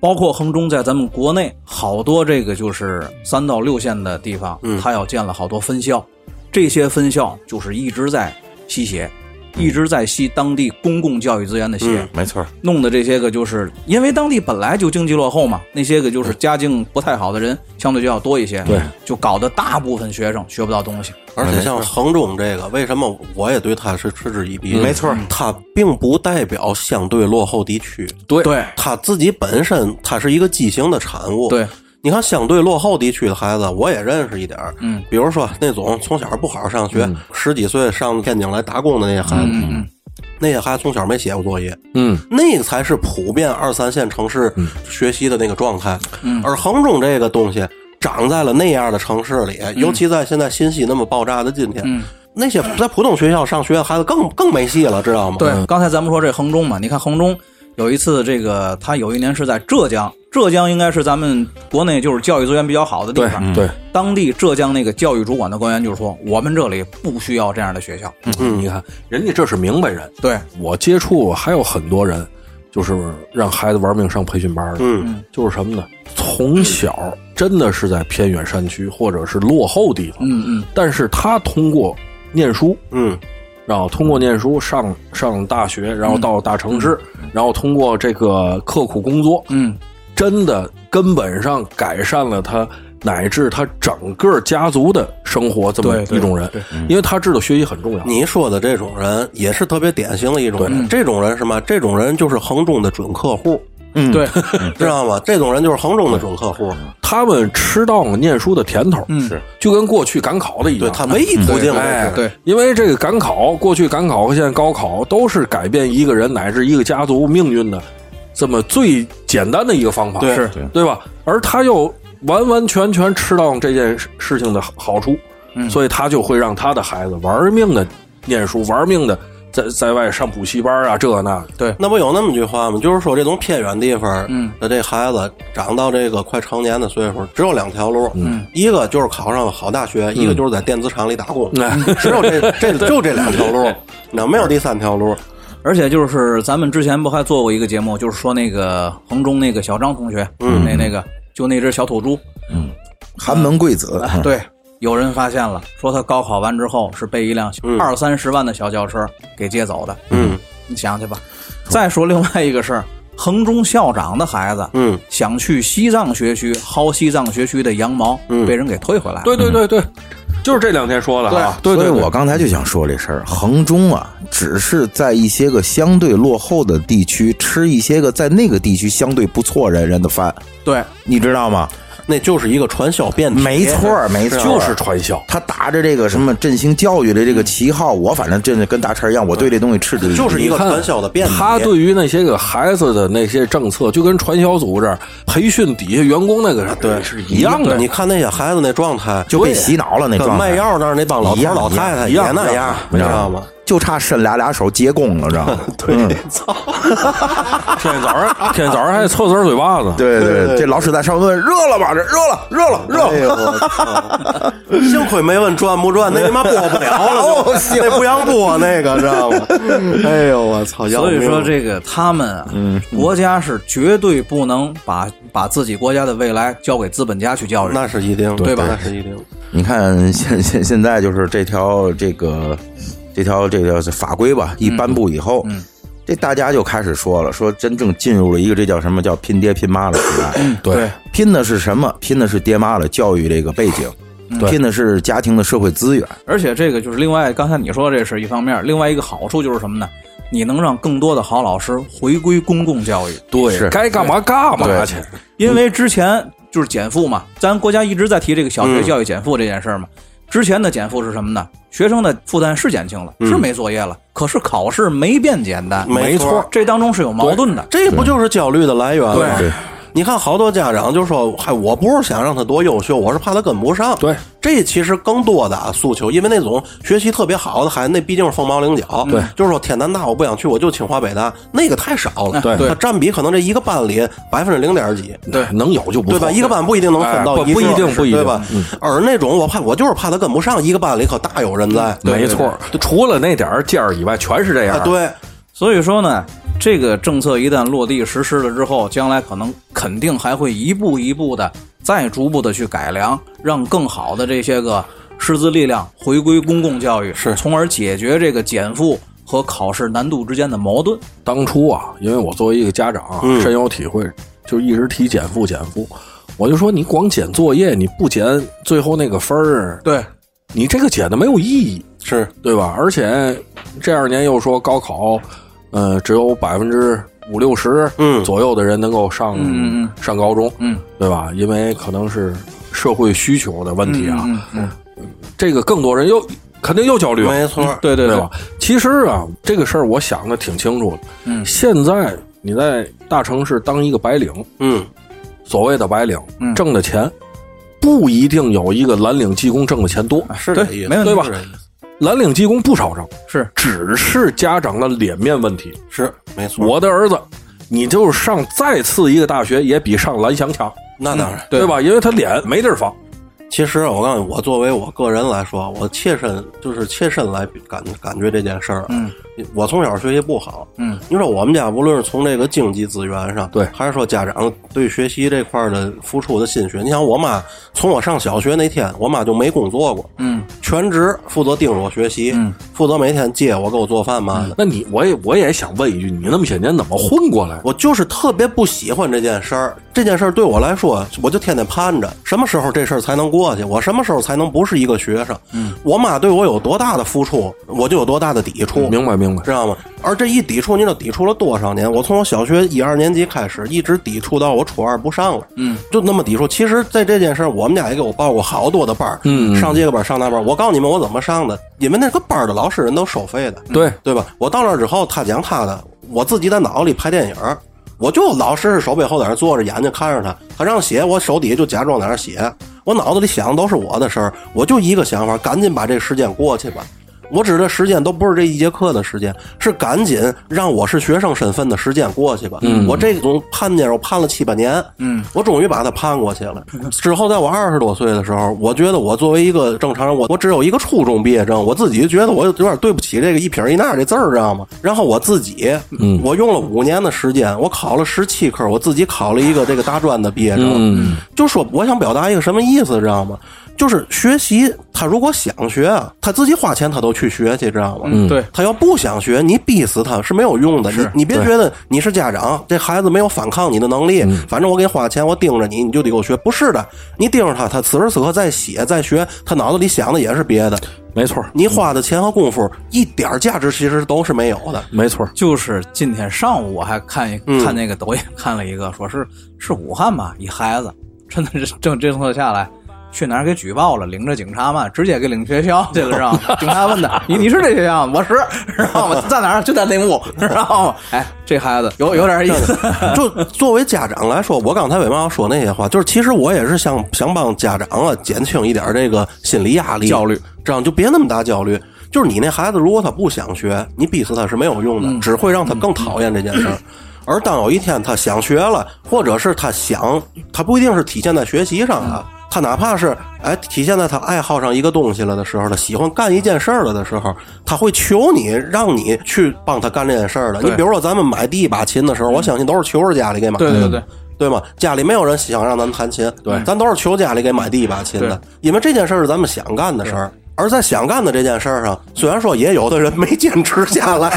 C: 包括衡中在咱们国内好多这个就是三到六线的地方，他要建了好多分校，这些分校就是一直在吸血，一直在吸当地公共教育资源的血。
B: 没错，
C: 弄的这些个，就是因为当地本来就经济落后嘛，那些个
D: 嗯
C: 就是家境不太好的人相对就要多一些，对，就搞得大部分学生学不到东西。
A: 而且像衡中这个，为什么我也对他是嗤之以鼻？
B: 没错，
A: 它并不代表相对落后地区，
D: 对嗯
C: 对
A: 它自己本身它是一个畸形的产物。
C: 对，
A: 你看相对落后地区的孩子，我也认识一点儿。嗯，比如说那种从小不好好上学，十几岁上天津来打工的那些孩子，那些孩子从小没写过作业，
D: 嗯，
A: 那个才是普遍二三线城市学习的那个状态。而衡中这个东西长在了那样的城市里，尤其在现在信息那么爆炸的今天，那些在普通学校上学的孩子更更没戏了，知道吗？
C: 对，刚才咱们说这衡中嘛，你看衡中有一次这个，他有一年是在浙江，浙江应该是咱们国内就是教育资源比较好的地
D: 对嗯
C: 方。
D: 对，
C: 当地浙江那个教育主管的官员就说，我们这里不需要这样的学校。
D: 嗯你看人家这是明白人，
C: 对，
D: 我接触还有很多人，就是让孩子玩命上培训班的，嗯，就是什么呢？从小真的是在偏远山区或者是落后地方，
C: 嗯嗯，
D: 但是他通过念书，
A: 嗯，
D: 然后通过念书上上大学，然
C: 嗯
D: 后到大城市，然后通过这个刻苦工作，
C: 嗯，
D: 真的根本上改善了他乃至他整个家族的生活这么
C: 对对嗯
D: 一种人，因为他知道学习很重要。
A: 你说的这种人也是特别典型的一种人，这种人是嘛？这种人就是衡中的准客户，
B: 嗯，
C: 对，
A: 知道吗？这种人就是衡中的准客户，
D: 他们吃到了念书的甜头，
C: 嗯
B: 是
D: 就跟过去赶考的一
A: 对
D: 样。
A: 他唯一途径
D: 嗯
A: 就
D: 哎，
A: 是
C: 对
D: 因为这个赶考，过去赶考和现在高考都是改变一个人乃至一个家族命运的这么最简单的一个方法，
A: 对是
D: 对吧？而他又完完全全吃到这件事事情的好处，所以他就会让他的孩子玩命的念书，玩命的。在在外上补习班啊，这那。
C: 对，
A: 那不有那么句话吗？就是说这种偏远地方的这孩子长到这个快成年的岁数，只有两条路，一个就是考上好大学，一个就是在电子厂里打工，只有这这就这两条路，那没有第三条路。
C: 而且就是咱们之前不还做过一个节目，就是说那个衡中那个小张同学，
A: 嗯
C: 那那个就那只小土猪，
B: 寒门贵子， 嗯
C: 对，有人发现了，说他高考完之后是被一辆二三十万的小轿车给接走的。
A: 嗯，
C: 你想去吧。再说另外一个事儿，衡中校长的孩子，
A: 嗯，
C: 想去西藏学区薅西藏学区的羊毛，
A: 嗯
C: 被人给退回来了。
D: 对对对对，就是这两天说的啊。对对
B: 所以
D: 对，
B: 我刚才就想说这事儿，衡中啊，只是在一些个相对落后的地区吃一些个在那个地区相对不错人人的饭，
C: 对，
B: 你知道吗？
A: 那就是一个传销变体，
B: 没错儿，没错儿，
D: 就是啊传销。
B: 他打着这个什么振兴教育的这个旗号，我反正真的跟大陈一样，我对这东西嗤之以鼻。
A: 就是一个传销的变体。
D: 他对于那些个孩子的那些政策，就跟传销组织培训底下员工那个对是一样的。
A: 你看那些孩子那状态，
B: 就被洗脑了那
A: 跟
B: 状态
A: 卖药那儿那帮老头儿老太太
B: 一
A: 也
B: 样
A: 那
B: 一
A: 样
B: 样，
A: 你知道吗？
B: 就差伸俩俩手接供了，知道吗？对、
D: 天天早上，啊 天天早上还得搓搓嘴巴子。
B: 对对，这老师在上面问热了吧？这热了，热了，热了。
A: 幸亏没问赚不赚，那他妈播不了了就，那不让播那个，知道吗？哎呦我操！要
C: 所以
A: 命
C: 说这个他们啊，国家是绝对不能把把自己国家的未来交给资本家去教育。
A: 那是一定，
C: 对吧
A: 那是一定。
B: 你看现现现在就是这条这个这条这条法规吧，一颁布以后，这大家就开始说了，说真正进入了一个这叫什么叫拼爹拼妈的时代。
D: 对，
B: 拼的是什么？拼的是爹妈的教育这个背景，拼的是家庭的社会资源。
C: 而且这个就是另外，刚才你说的这是一方面，另外一个好处就是什么呢？你能让更多的好老师回归公共教育，
D: 对，
B: 是
D: 该干嘛干嘛去。
C: 因为之前就是减负嘛，咱国家一直在提这个小学教育减负这件事儿嘛。之前的减负是什么呢？学生的负担是减轻了，是没作业了，可是考试没变简单，
A: 没错
C: 这当中是有矛盾的。
A: 这不就是焦虑的来源吗？
C: 对
B: 对
A: 你看，好多家长就说：“嗨，我不是想让他多优秀，我是怕他跟不上。”
D: 对，
A: 这其实更多的啊诉求，因为那种学习特别好的孩子，那毕竟是凤毛麟角。对，就是说天南大我不想去，我就清华北大，那个太少了。
C: 对
A: 他占比可能这一个班里百分之零点几。
D: 对，能有就不
A: 对
D: 错
A: 吧？一个班不一定能分到
D: 哎
A: 一个，
D: 不不一定不一定嗯
A: 对吧？而那种我怕，我就是怕他跟不上，一个班里可大有人在。
D: 嗯没错，除了那点儿尖儿以外，全是这样
A: 啊，。对，
C: 所以说呢，这个政策一旦落地实施了之后，将来可能肯定还会一步一步的再逐步的去改良，让更好的这些个师资力量回归公共教育，是，从而解决这个减负和考试难度之间的矛盾。
D: 当初啊，因为我作为一个家长啊，深有体会，就一直提减负减负。我就说，你光减作业，你不减最后那个分儿，
C: 对，
D: 你这个减的没有意义，
A: 是
D: 对吧？而且这二年又说高考，呃，只有百分之五六十
A: 嗯
D: 左右的人能够上、
C: 嗯嗯嗯
D: 上高中，
C: 嗯，
D: 对吧？因为可能是社会需求的问题啊，
C: 嗯嗯，
D: 这个更多人又肯定又焦虑了，啊
A: 没错。
C: 对对对
D: 吧？其实啊，这个事儿我想的挺清楚的。
C: 嗯
D: 现在你在大城市当一个白领，
A: 嗯，
D: 所谓的白领、
C: 嗯
D: 挣的钱，不一定有一个蓝领技工挣的钱多。
A: 啊是这意思，
C: 没问题
D: 对吧？蓝领技工不少挣，
C: 是
D: 只是家长的脸面问题。
A: 是没错。
D: 我的儿子，你就是上再次一个大学，也比上蓝翔强，
A: 那当然，
C: 对
D: 对吧？因为他脸没地儿放。
A: 其实我告诉你，我作为我个人来说，我切身就是切身来感感觉这件事儿。嗯，我从小学习不好。
C: 嗯，
A: 你说我们家无论是从这个经济资源上，
D: 对
A: 还是说家长对学习这块儿的付出的心血，你像我妈，从我上小学那天，我妈就没工作过。嗯，全职负责盯着我学习，嗯、负责每天接我给我做饭嘛的。
D: 那你，我也我也想问一句，你那么些年怎么混过来？
A: 我就是特别不喜欢这件事儿，这件事儿对我来说，我就天天盼着什么时候这事儿才能过去，我什么时候才能不是一个学生。嗯，我妈对我有多大的付出，我就有多大的抵触，
D: 明白明白。
A: 知道吗？而这一抵触，你知道抵触了多少年？我从我小学一二年级开始，一直抵触到我初二不上了。嗯，就那么抵触。其实，在这件事儿，我们家也给我报过好多的班儿，嗯，上这个班儿上那班儿。我告诉你们，我怎么上的？因为那个班儿的老师人都收费的，
D: 对，
A: 对吧？我到那儿之后，他讲他的，我自己在脑子里拍电影儿，我就老实实手背后在那儿坐着，眼睛看着他，他让写，我手底下就假装在那儿写，我脑子里想的都是我的事儿，我就一个想法，赶紧把这时间过去吧。我指的时间都不是这一节课的时间，是赶紧让我是学生身份的时间过去吧。我这种判家，我判了七八年，嗯，我终于把它判过去了。之后在我二十多岁的时候，我觉得我作为一个正常人，我我只有一个初中毕业证，我自己就觉得我有点对不起这个一撇一捺这字儿，知道吗？然后我自己，嗯，我用了五年的时间，我考了十七科，我自己考了一个这个大专的毕业证，嗯，就说我想表达一个什么意思，知道吗？就是学习，他如果想学，他自己花钱他都去学去，知道吗？
C: 嗯对
A: 他要不想学，你逼死他是没有用的。你你别觉得你是家长，这孩子没有反抗你的能力，反正我给你花钱，我盯着你，你就得给我学。不是的，你盯着他，他此时此刻在写在学，他脑子里想的也是别的。
D: 没错儿，
A: 你花的钱和功夫一点儿价值其实都是没有的。
D: 没错儿，
C: 就是今天上午我还看一看那个抖音，看了一个，说是是武汉吧，一孩子真的是政政策下来，去哪儿给举报了，领着警察嘛，直接给领学校去了，知道吗？ 警察问他：“你你是这学校吗？”我是，知道吗？在哪儿？就在内幕，知道吗？哎，这孩子有有点意思，
A: 就作为家长来说，我刚才为嘛要说那些话？就是其实我也是想想帮家长啊减轻一点这个心理压力、
C: 焦虑，
A: 这样就别那么大焦虑。就是你那孩子，如果他不想学，你逼死他是没有用
C: 嗯
A: 的，只会让他更讨厌这件事儿。而当有一天他想学了，或者是他想，他不一定是体现在学习上啊，
C: 嗯
A: 他哪怕是哎体现在他爱好上一个东西了的时候，他喜欢干一件事儿了的时候，他会求你让你去帮他干这件事儿的。你比如说咱们买第一把琴的时候，我相信都是求着家里给买的，
C: 嗯对对对
A: 对吗？家里没有人想让咱们弹琴，对，咱都是求家里给买第一把琴的
C: 对，
A: 因为这件事儿是咱们想干的事儿。而在想干的这件事儿上，虽然说也有的人没坚持下 来，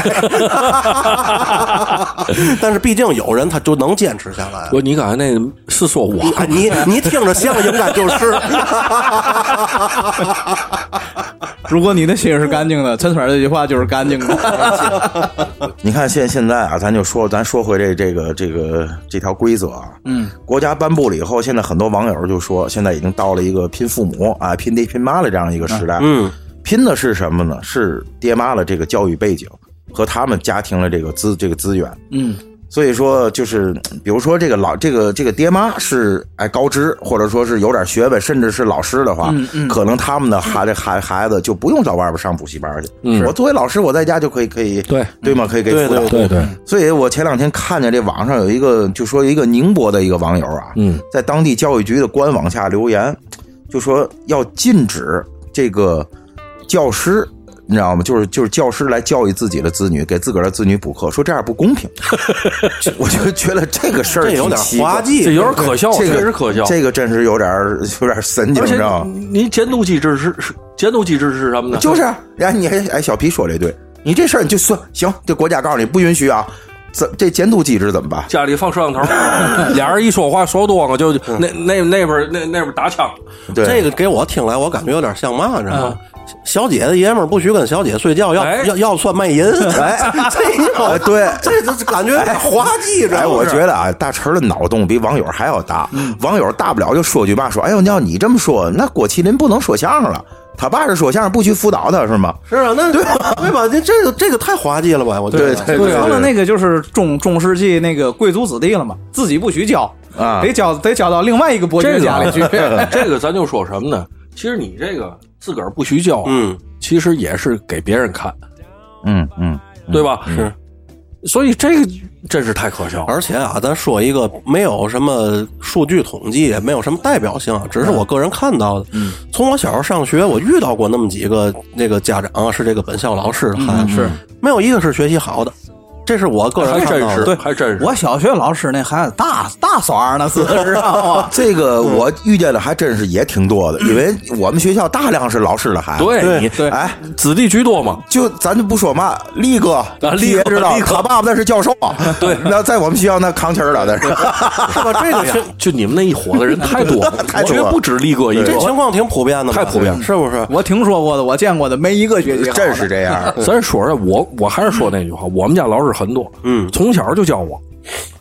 A: 但是毕竟有人他就能坚持下来。
D: 我你刚才那个是说我
A: 啊你你听着像应该就是，
C: 如果你的心是干净的，陈水儿这句话就是干净 的。哎
B: 你看现现在啊，咱就说，咱说回这这个这个这条规则啊，嗯，国家颁布了以后，现在很多网友就说，现在已经到了一个拼父母啊、拼爹拼妈的这样一个时代，嗯，拼的是什么呢？是爹妈的这个教育背景和他们家庭的这个资这个资源，
C: 嗯，
B: 所以说，就是嗯比如说这个老这个这个爹妈是哎高知，或者说是有点学问，甚至是老师的话，可能他们的孩这孩孩子就不用到外边上补习班去。我作为老师，我在家就可以可以
D: 对
B: 对吗？可以给
A: 对
B: 辅导。
A: 对
D: 对对，
B: 所以我前两天看见这网上有一个，就说一个宁波的一个网友啊，
D: 嗯，
B: 在当地教育局的官网下留言，就说要禁止这个教师。你知道吗？就是就是教师来教育自己的子女，给自个儿的子女补课，说这样不公 平。这我就觉得这个事儿
A: 这有
B: 挺
A: 点
B: 奇怪
A: 滑稽，
D: 这有点可笑，
B: 这
D: 确
B: 个
D: 实可笑。
B: 这个真是有点儿有点儿神经，
D: 而
B: 你
D: 且
B: 知道吗？
D: 您监督机制是是监督机制是什么呢？
B: 就是，然后你还哎，小皮说这对，你这事儿你就算行，这国家告诉你不允许啊，怎这监督机制怎么办？
D: 家里放摄像头，俩人一说话说多了就那那那边那那边打枪，
B: 对，哎
A: 这个给我听来，我感觉有点像嘛，知道吗？小姐姐爷们儿不许跟小姐睡觉，要、
D: 哎
A: 要要算卖淫，哎，这
B: 哎对
A: 这这感觉有点滑稽，知道
B: 哎，
A: 吗？
B: 我觉
A: 得
B: 得啊，大陈儿的脑洞比网友还要大。网友大不了就说句嘛，说哎呦，要你这么说，那郭麒麟不能说相声了。他爸是说相声，不许辅导他是吗？
A: 是啊，那对吧？对吧？这这个这个太滑稽了吧？我觉得
B: 对对
C: 说的那个就是中中世纪那个贵族子弟了嘛，自己不许教
B: 啊
C: 得教得教到另外一个伯爵
D: 这
C: 家里去。
D: 个这个咱就说什么呢？其实你这个自个儿不许教，啊
A: 嗯，
D: 其实也是给别人看，
B: 嗯嗯，
D: 对吧？是，所以这个真是太可笑了。
A: 而且啊，咱说一个没有什么数据统计，也没有什么代表性啊，只是我个人看到的。从我小时候上学，我遇到过那么几个那个家长啊是这个本校老师的孩子，
C: 是
A: 没有一个是学习好的，这是我个人
D: 还
A: 看
D: 真
A: 到
D: 哎是，
A: 的。
D: 还真是。
C: 我小学老师那孩子大大耍儿呢，是知道 吗？
B: 这个我遇见的还真是也挺多的，因为我们学校大量是老师的孩子。
D: 对你
C: 对
B: 哎，
D: 子弟居多嘛，
B: 就咱就不说嘛，力哥，
D: 力
B: 也
D: 哥
B: 知道
D: 力哥
B: 他爸爸那是教授，对，那在我们学校那扛旗儿的那 是。
A: 是吧？这个
D: 就就你们那一伙子人太多了，
B: 太
D: 我
B: 多
D: 觉
B: 了
D: 得不止力哥一
A: 这
D: 个。
A: 情况挺普遍的吧，
D: 太普遍了
A: 是不是？
C: 我听说过的，我见过的，没一个学习好的
B: 真是这样，
D: 咱说这，我我还是说那句话，我们家老师很多，嗯，从小就教我。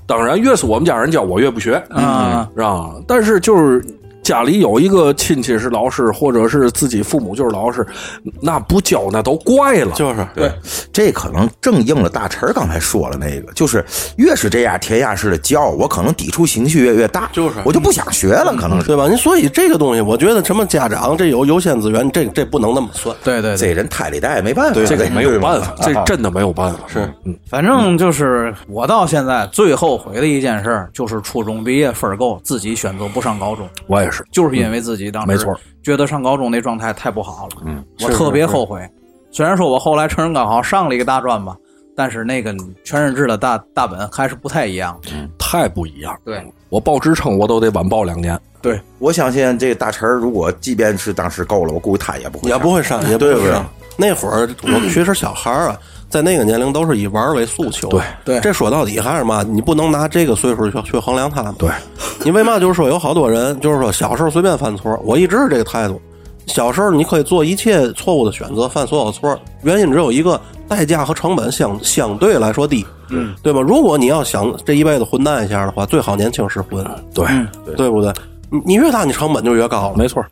D: 当然，越是我们家人教我，越不学，
C: 啊
D: 是吧？但是就是家里有一个亲戚是老师，或者是自己父母就是老师，那不教那都怪了。
A: 就是
B: 对，这可能正应了大陈儿刚才说的那个，就是越是这样填鸭式的教，我可能抵触情绪越越大，
A: 就是
B: 我就不想学了，可能是
A: 对吧？你所以这个东西，我觉得什么家长这有优先资源，这这不能那么算。
C: 对对对，
B: 这人胎里带没办法，
D: 这个
B: 对
D: 没有办法，
B: 对
D: 这
B: 吧啊
D: 真的没有办法。嗯是，
C: 反正就是我到现在最后悔的一件事儿，就是初中毕业分儿够，自己选择不上高中。
D: 我也是。
C: 就是因为自己当时
D: 没错，
C: 觉得上高中那状态太不好了，嗯，我特别后悔。虽然说我后来成人高考上了一个大专吧，但是那个全日制的大大本还是不太一样。
D: 太不一样。
C: 对，
D: 我报职称我都得晚报两年，
C: 对，
B: 我相信这大陈儿如果即便是当时够了，我估计他也不会
A: 也
B: 上，
A: 不会上，也不
B: 对不
A: 会
B: 对
A: 上。那会儿我们其实小孩儿啊，在那个年龄都是以玩儿为诉求。对
C: 对
A: 这说到底还是嘛，你不能拿这个岁数去去衡量他们。
D: 对，
A: 你为嘛就是说有好多人就是说小时候随便犯错，我一直是这个态度。小时候你可以做一切错误的选择，犯所有错，原因只有一个，代价和成本相相对来说低，嗯，对吧？如果你要想这一辈子混蛋一下的话，最好年轻时混，
D: 对，
A: 对不对？你你越大，你成本就越高了。
D: 没错，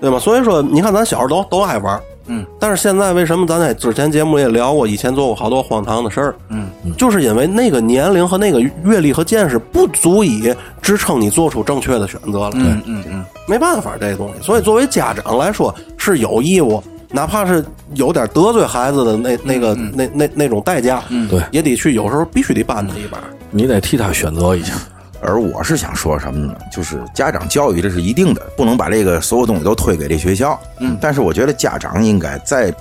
A: 对吧？所以说，你看咱小时候都都爱玩，嗯，但是现在为什么咱在之前节目也聊过，以前做过好多荒唐的事儿，嗯，就是因为那个年龄和那个阅历和见识不足以支撑你做出正确的选择了，嗯
C: 嗯嗯，
A: 没办法这东西。所以作为家长来说是有义务，哪怕是有点得罪孩子的那那个、那那那种代价，嗯
D: 对
A: 也得去，有时候必须得帮他一把，
D: 你得替他选择一下。
B: 而我是想说什么呢？就是家长教育这是一定的，不能把这个所有东西都推给这学校。嗯，但是我觉得家长应该在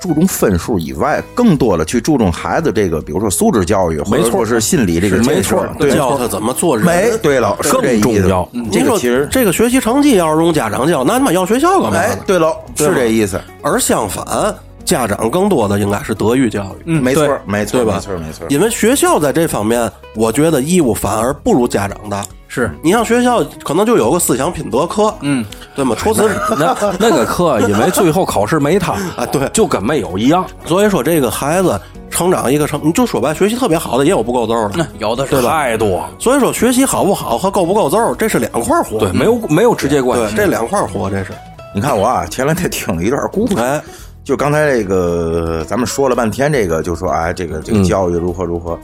B: 注重分数以外，更多的去注重孩子这个，比如说素质教育，或者说是心理这个
D: 是没
B: 建设
D: 错
B: 对，
A: 教他怎么做人。
B: 没对了，是这意思嗯
D: 更重要
B: 这
A: 您
B: 个
A: 说
B: 其实
A: 这个学习成绩要是用家长教，那他妈要学校干嘛
B: 哎
A: 呢，？
B: 对了，
A: 对吧
B: 是这意思，
A: 而相反，家长更多的应该是德育教育，
B: 嗯没错
C: 嗯对，
B: 没错，
A: 对吧？
B: 没错，没错。
A: 因为学校在这方面，我觉得义务反而不如家长大。
C: 是
A: 你像学校可能就有个思想品德课，嗯，对吗？除此
D: 那那个课，因为最后考试没他
A: 啊对
D: 就跟没有一样。
A: 所以说这个孩子成长一个成，你就说白，学习特别好的也有不够揍的。
C: 有的是
D: 对，太多了，
A: 所以说学习好不好和够不够揍，这是两块活。
D: 对，没有没有直接关
A: 对，
D: 系。
A: 这两块活，这是。
B: 你看我啊，前两天听了一段故事，
A: 哎，
B: 就刚才这个，咱们说了半天，这个就说啊，这个这个教育如何如何。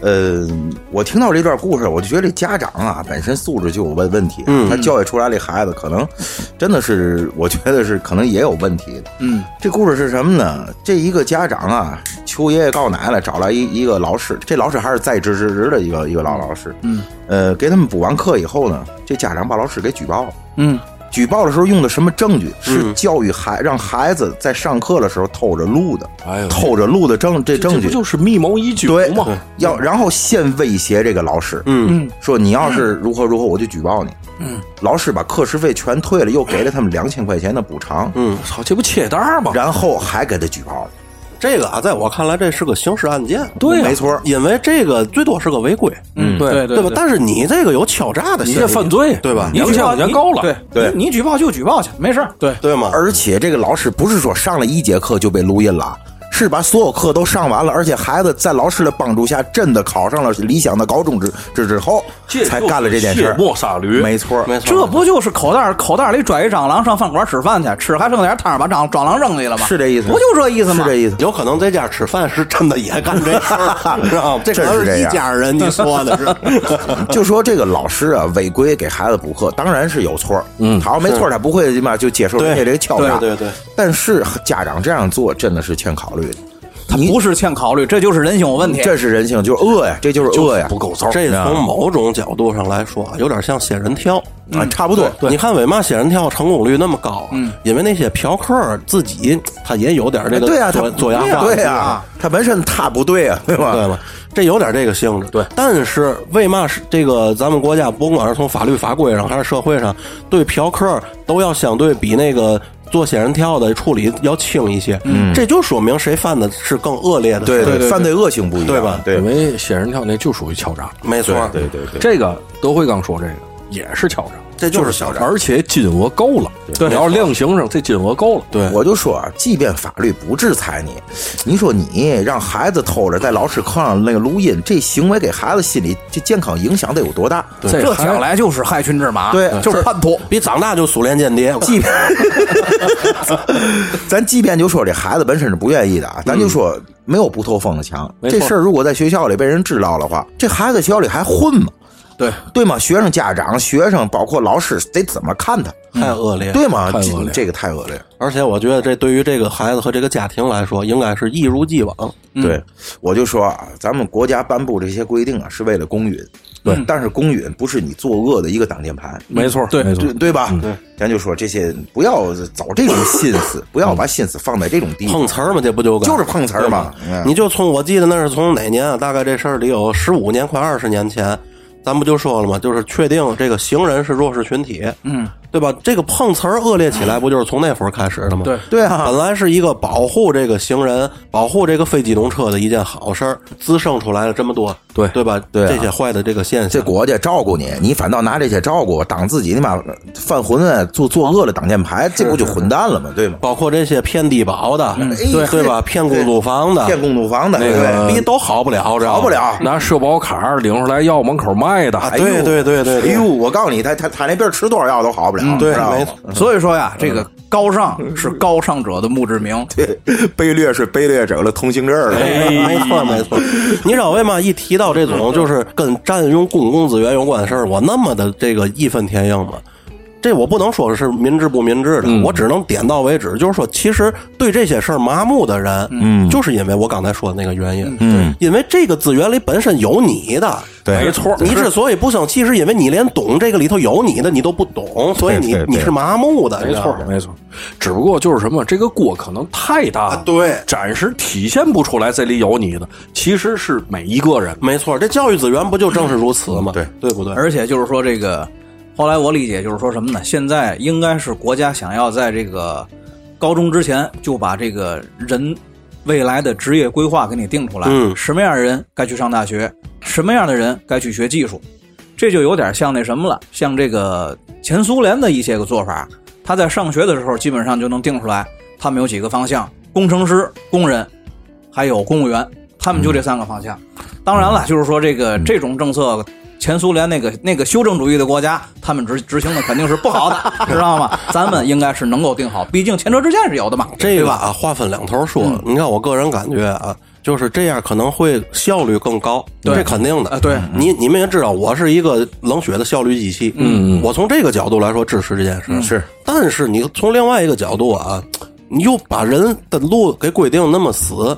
B: 呃，我听到这段故事，我就觉得这家长啊，本身素质就有问问题，他教育出来这孩子，可能真的是，我觉得是可能也有问题的。
C: 嗯，
B: 这故事是什么呢？这一个家长啊，求爷爷告奶奶，找来一一个老师，这老师还是在职职职的一个一个老老师。嗯，呃，给他们补完课以后呢，这家长把老师给举报了。
C: 嗯，
B: 举报的时候用的什么证据？是教育孩让孩子在上课的时候偷着录的，
D: 哎呦
B: 偷着录的证这
D: 这
B: 证
D: 不
B: 据。
D: 就是密谋已久
B: 对
D: 吗？，
B: 要然后先威胁这个老师，嗯，说你要是如何如何，我就举报你。嗯，老师把课时费全退了，又给了他们两千块钱的补偿，嗯，
D: 操，这不切蛋儿吗？
B: 然后还给他举报了。
A: 这个啊，在我看来，这是个刑事案件。
D: 对呀
B: 没错
A: 因为这个最多是个违规。嗯，
C: 对
A: 对吧？
C: 对。
A: 但是你这个有敲诈的
D: 你
A: 嫌疑，
D: 这犯罪
A: 对吧？
D: 你
C: 你
D: 影
C: 举
D: 响
C: 报
D: 人
C: 你
D: 高了
C: 对
B: 对
C: 你你举报就举报去，没事儿对
A: 对吗？
B: 而且这个老师不是说上了一节课就被录音了，是把所有课都上完了，而且孩子在老师的帮助下，真的考上了理想的高中之之之后，才干了这件事
D: 卸
B: 儿。
D: 磨杀驴，
B: 没错，
A: 没错，
C: 这不就是口袋口袋里拽一蟑螂上饭馆吃饭去，吃还剩点汤，把蟑蟑螂扔去了吗？
B: 是这意思，
C: 不就这意思吗？
B: 是这意思。
A: 啊有可能在家吃饭是真的也干这事儿， 知道吗？这可能
B: 真是这
A: 是一
B: 样
A: 家人，你说的是
B: 就说这个老师啊，违规给孩子补课，当然是有错嗯，他要没错儿，他不会嘛就接受人家这个敲诈。
A: 对对对
B: 但是家长这样做真的是欠考虑的，
C: 他不是欠考虑，这就是人性有问题。
B: 这是人性，就是恶呀，这就是恶呀，
D: 不够揍。
A: 这从某种角度上来说啊，有点像仙人跳。
B: 啊，差不多。
A: 你看为嘛仙人跳成功率那么高啊？因为那些嫖客儿自己他也有点这个
B: 哎对呀，他
A: 做做牙花，
B: 对啊呀，他本身他不对啊呀，对吧？
A: 对吧？这有点这个性质。对，但是为嘛是这个咱们国家甭管是从法律法规上还是社会上，对嫖客都要相对比那个做仙人跳的处理要轻一些。嗯，这就说明谁犯的是更恶劣的事儿。
B: 对对，犯罪恶性不一样，
A: 对吧
B: 对
D: 因，为仙人跳那就属于敲诈。
A: 没错。
B: 对对对，
D: 这个德辉刚说这个也是敲诈，
A: 这就是小诈。
D: 而且金额够了。对，你要是量刑上，这金额够了。
A: 对，
B: 我就说啊，即便法律不制裁你，你说你让孩子偷着在老师课上那个录音，这行为给孩子心理这健康影响得有多大？对
C: 这想来就是害群之马，
B: 对
C: 就是叛徒。
A: 比长大就苏联间 谍，
B: 即便 咱即便就说这孩子本身是不愿意的啊，咱就说没有不透风的墙。
D: 嗯没错
B: 这事儿如果在学校里被人知道的话，这孩子在学校里还混吗？
C: 对，
B: 对吗？学生、家长、学生，包括老师，得怎么看他？
A: 太恶劣。
B: 嗯对吗？
D: 哎太恶
B: 这
D: 劣
B: 这个太恶劣了。
A: 而且我觉得这对于这个孩子和这个家庭来说，应该是一如既往。
D: 嗯
B: 对，我就说啊，咱们国家颁布这些规定啊，是为了公允。对，但是公允不是你作恶的一个挡箭牌，
D: 没错，
C: 对
D: 没错嗯
B: 对。对吧？对，咱就说这些，不要找这种心思，不
D: 嗯
B: 要把心思放在这种地方
A: 碰，瓷儿嘛，这不就
B: 就是碰瓷儿嘛。嗯
A: 你就从我记得那是从哪年啊？大概这事儿得有十五年，快二十年前，咱不就说了吗？就是确定这个行人是弱势群体，嗯，对吧？这个碰瓷儿恶劣起来，不就是从那会儿开始的吗？
C: 对
B: 对啊
A: 本来是一个保护这个行人、保护这个非机动车的一件好事儿，滋生出来了这么多，
D: 对
A: 对吧？
B: 对啊
A: 这些坏的这个现
B: 这
A: 象，
B: 国家照顾你，你反倒拿这些照顾当自己你妈犯浑啊，做作恶的挡箭牌，这不就混蛋了吗？对吗？
A: 包括这些骗低保的，
B: 哎
A: 嗯对吧？骗公租房的，
B: 骗公租房的，
A: 那个
B: 对
A: 逼都好不了，知道吗
B: 好不。了。
D: 拿社保卡领出来药，门口卖的，
B: 哎呦
A: 对对对对对嗯
B: 哎呦，我告诉你，他他他那边吃多少药都好不了，
A: 对
B: 知道吗
A: 没错
C: 所以说呀，这个高尚是高尚者的墓志铭。
B: 卑劣是卑劣者的通行证了。
A: 没错没错，你知道为嘛一提到这种就是跟占用公共资源有关的事儿，我那么的这个义愤填膺吗？这我不能说是民智不民智的，我只能点到为止。就是说，其实对这些事儿麻木的人，嗯，就是因为我刚才说的那个原因，嗯，因为这个资源里本身有你的，
B: 对
D: 没错，
A: 你之所以不生气，是因为你连懂这个里头有你的你都不懂，所以你
B: 对对对
A: 你是麻木的，
D: 没错，没错。只不过就是什么，这个锅可能太大了，
A: 啊对
D: 暂时体现不出来这里有你的，其实是每一个人。
A: 没错，这教育资源不就正是如此吗？
B: 对
A: 对不对？
C: 而且就是说这个，后来我理解就是说什么呢？现在应该是国家想要在这个高中之前就把这个人未来的职业规划给你定出来，
A: 嗯
C: 什么样的人该去上大学，什么样的人该去学技术，这就有点像那什么了，像这个前苏联的一些个做法，他在上学的时候基本上就能定出来，他们有几个方向：工程师、工人，还有公务员，他们就这三个方向。当然了，就是说这个这种政策，前苏联那个那个修正主义的国家，他们执执行的肯定是不好的， 知道吗？咱们应该是能够定好，毕竟前车之鉴是有的嘛，
A: 这
C: 对
A: 个
C: 吧？
A: 啊，划分两头说。你看，我个人感觉啊，就是这样可能会效率更高，
C: 对
A: 这肯定的。
C: 啊对
A: 你你们也知道，我是一个冷血的效率机器。嗯，我从这个角度来说支持这件事，是。但是你从另外一个角度啊，你又把人的路给规定那么死。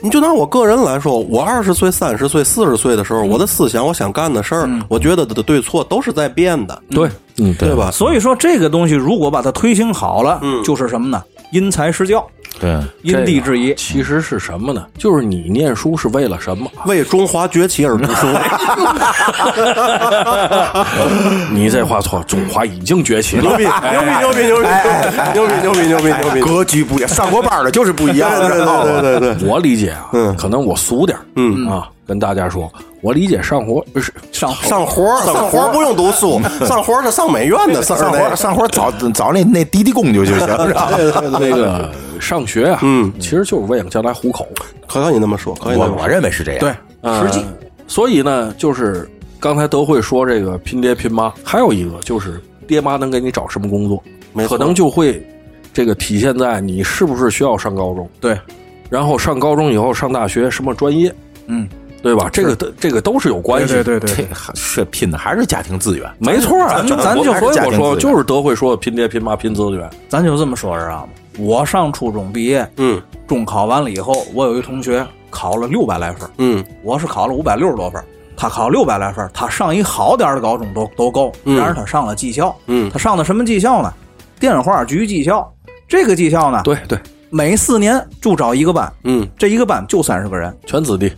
A: 你就拿我个人来说，我二十岁、三十岁、四十岁的时候，我的思想、我想干的事儿，我觉得的对错都是在变的，
D: 对，嗯，
A: 嗯对吧？
C: 所以说这个东西如果把它推行好了，就是什么呢？因材施教，
B: 对，
C: 因地制宜。
D: 其实是什么呢？就是你念书是为了什么？
A: 为中华崛起而读书。
D: 你这话错，中华已经崛起了。
A: 牛逼，牛逼，牛逼，牛逼，牛逼，牛逼，牛逼，牛逼！
B: 格局不一样，上过班的就是不一样，知道吗？
A: 对对，
D: 我理解啊，可能我俗点嗯啊，跟大家说，我理解上活是
C: 上
A: 上活儿上活儿不用读书，上活儿是上美院的事儿。
B: 上活上活早早那那滴滴公就就行，是吧？
D: 那个上学啊，嗯，其实就是为了将来糊口。
A: 可以你那么说，可以那
B: 我
A: 么说。
B: 我认为是这样。
C: 对，
D: 实际。所以呢，就是刚才德惠说这个拼爹拼妈，还有一个就是爹妈能给你找什么工作
A: 没，错
D: 可能就会这个体现在你是不是学校上高中，
C: 对，
D: 然后上高中以后上大学什么专业，
C: 嗯，
D: 对吧？这个都这个都是有关系的。
C: 哎对对
B: 这哎还是拼的还是家庭资源。
D: 没错啊，咱咱就
B: 还是
D: 所以
B: 家
D: 我
B: 庭
D: 说
B: 资源
D: 就是德惠说的拼爹拼妈拼资源，
C: 咱就这么说，知道吗？我上初中毕业，
A: 嗯
C: 中考完了以后，我有一同学考了六百来分儿，
A: 嗯
C: 我是考了五百六十多分儿，他考六百来分儿，他上一好点儿的高中都都够，
A: 嗯
C: 然而他上了技校，
A: 嗯
C: 他上的什么技校呢？电话局技校。这个技校呢，
D: 对对，
C: 每四年就找一个班，
A: 嗯，
C: 这一个班就三十个人，
D: 全子弟。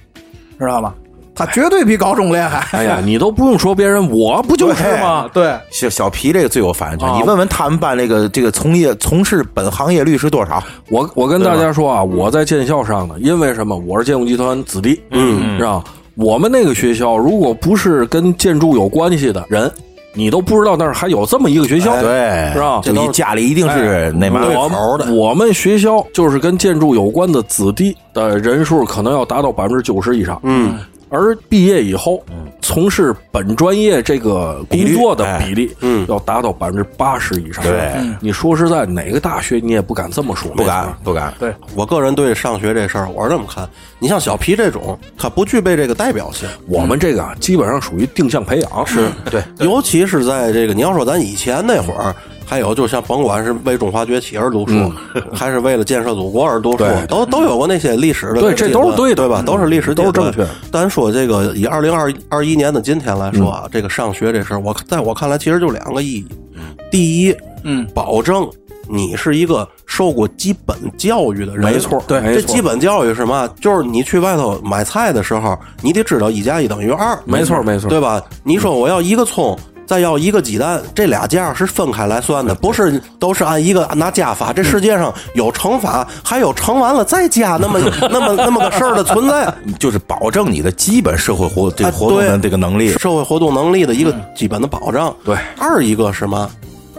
C: 知道吧？他绝对比高中厉害，
D: 哎呀，你都不用说别人，我不就是吗？
C: 对，
B: 小小皮这个最有发言权，
D: 啊
B: 你问问他们班那个这个从业从事本行业率是多少？
D: 我我跟大家说啊，我在建校上的，因为什么？我是建筑集团子嗯
B: 嗯
D: 弟，嗯，是吧？我们那个学校如果不是跟建筑有关系的人，你都不知道那儿还有这么一个学校，
B: 哎对，
D: 是吧？哎
B: 就你家里一定是那嘛
D: 我
B: 头的，
D: 们我们学校就是跟建筑有关的子弟的人数可能要达到百分之九十以上。嗯，而毕业以后，从事本专业这个工作的比例，嗯，要达到百分之八十以上。
B: 对嗯，
D: 你说实在，哪个大学你也不敢这么说，
B: 不敢不敢。
C: 对
A: 我个人对上学这事儿，我是这么看。你像小皮这种，他不具备这个代表性，
D: 我们这个啊，基本上属于定向培养，嗯是对
A: 尤其是在这个你要说咱以前那会儿，还有就像甭管是为中华崛起而读书，
D: 嗯
A: 还是为了建设祖国而读书，都都有过那些历史的
D: 对这
A: 阶
D: 都是
A: 段
D: 对
A: 对
D: 的
A: 吧？
D: 嗯
A: 都是历史，
D: 都是正确。
A: 单说这个以二零二二一年的今天来说啊，
D: 嗯
A: 这个上学这事儿，我在我看来其实就两个意义。第一，
C: 嗯，
A: 保证你是一个受过基本教育的人，
D: 没错对没
A: 这
D: 错
A: 基本教育是嘛？就是你去外头买菜的时候，你得知道一加一等于二，
D: 没错没错嗯
A: 对吧？你说我要一个葱。再要一个鸡蛋，这俩价是分开来算的，不是都是按一个拿加法。这世界上有乘法，还有乘完了再加，那么那么那么个事儿的存在。
B: 就是保证你的基本社会活这个
A: 哎
B: 活动的
A: 对
B: 这个能力，
A: 社会活动能力的一个基本的保障。
D: 嗯对
A: 二一个什么？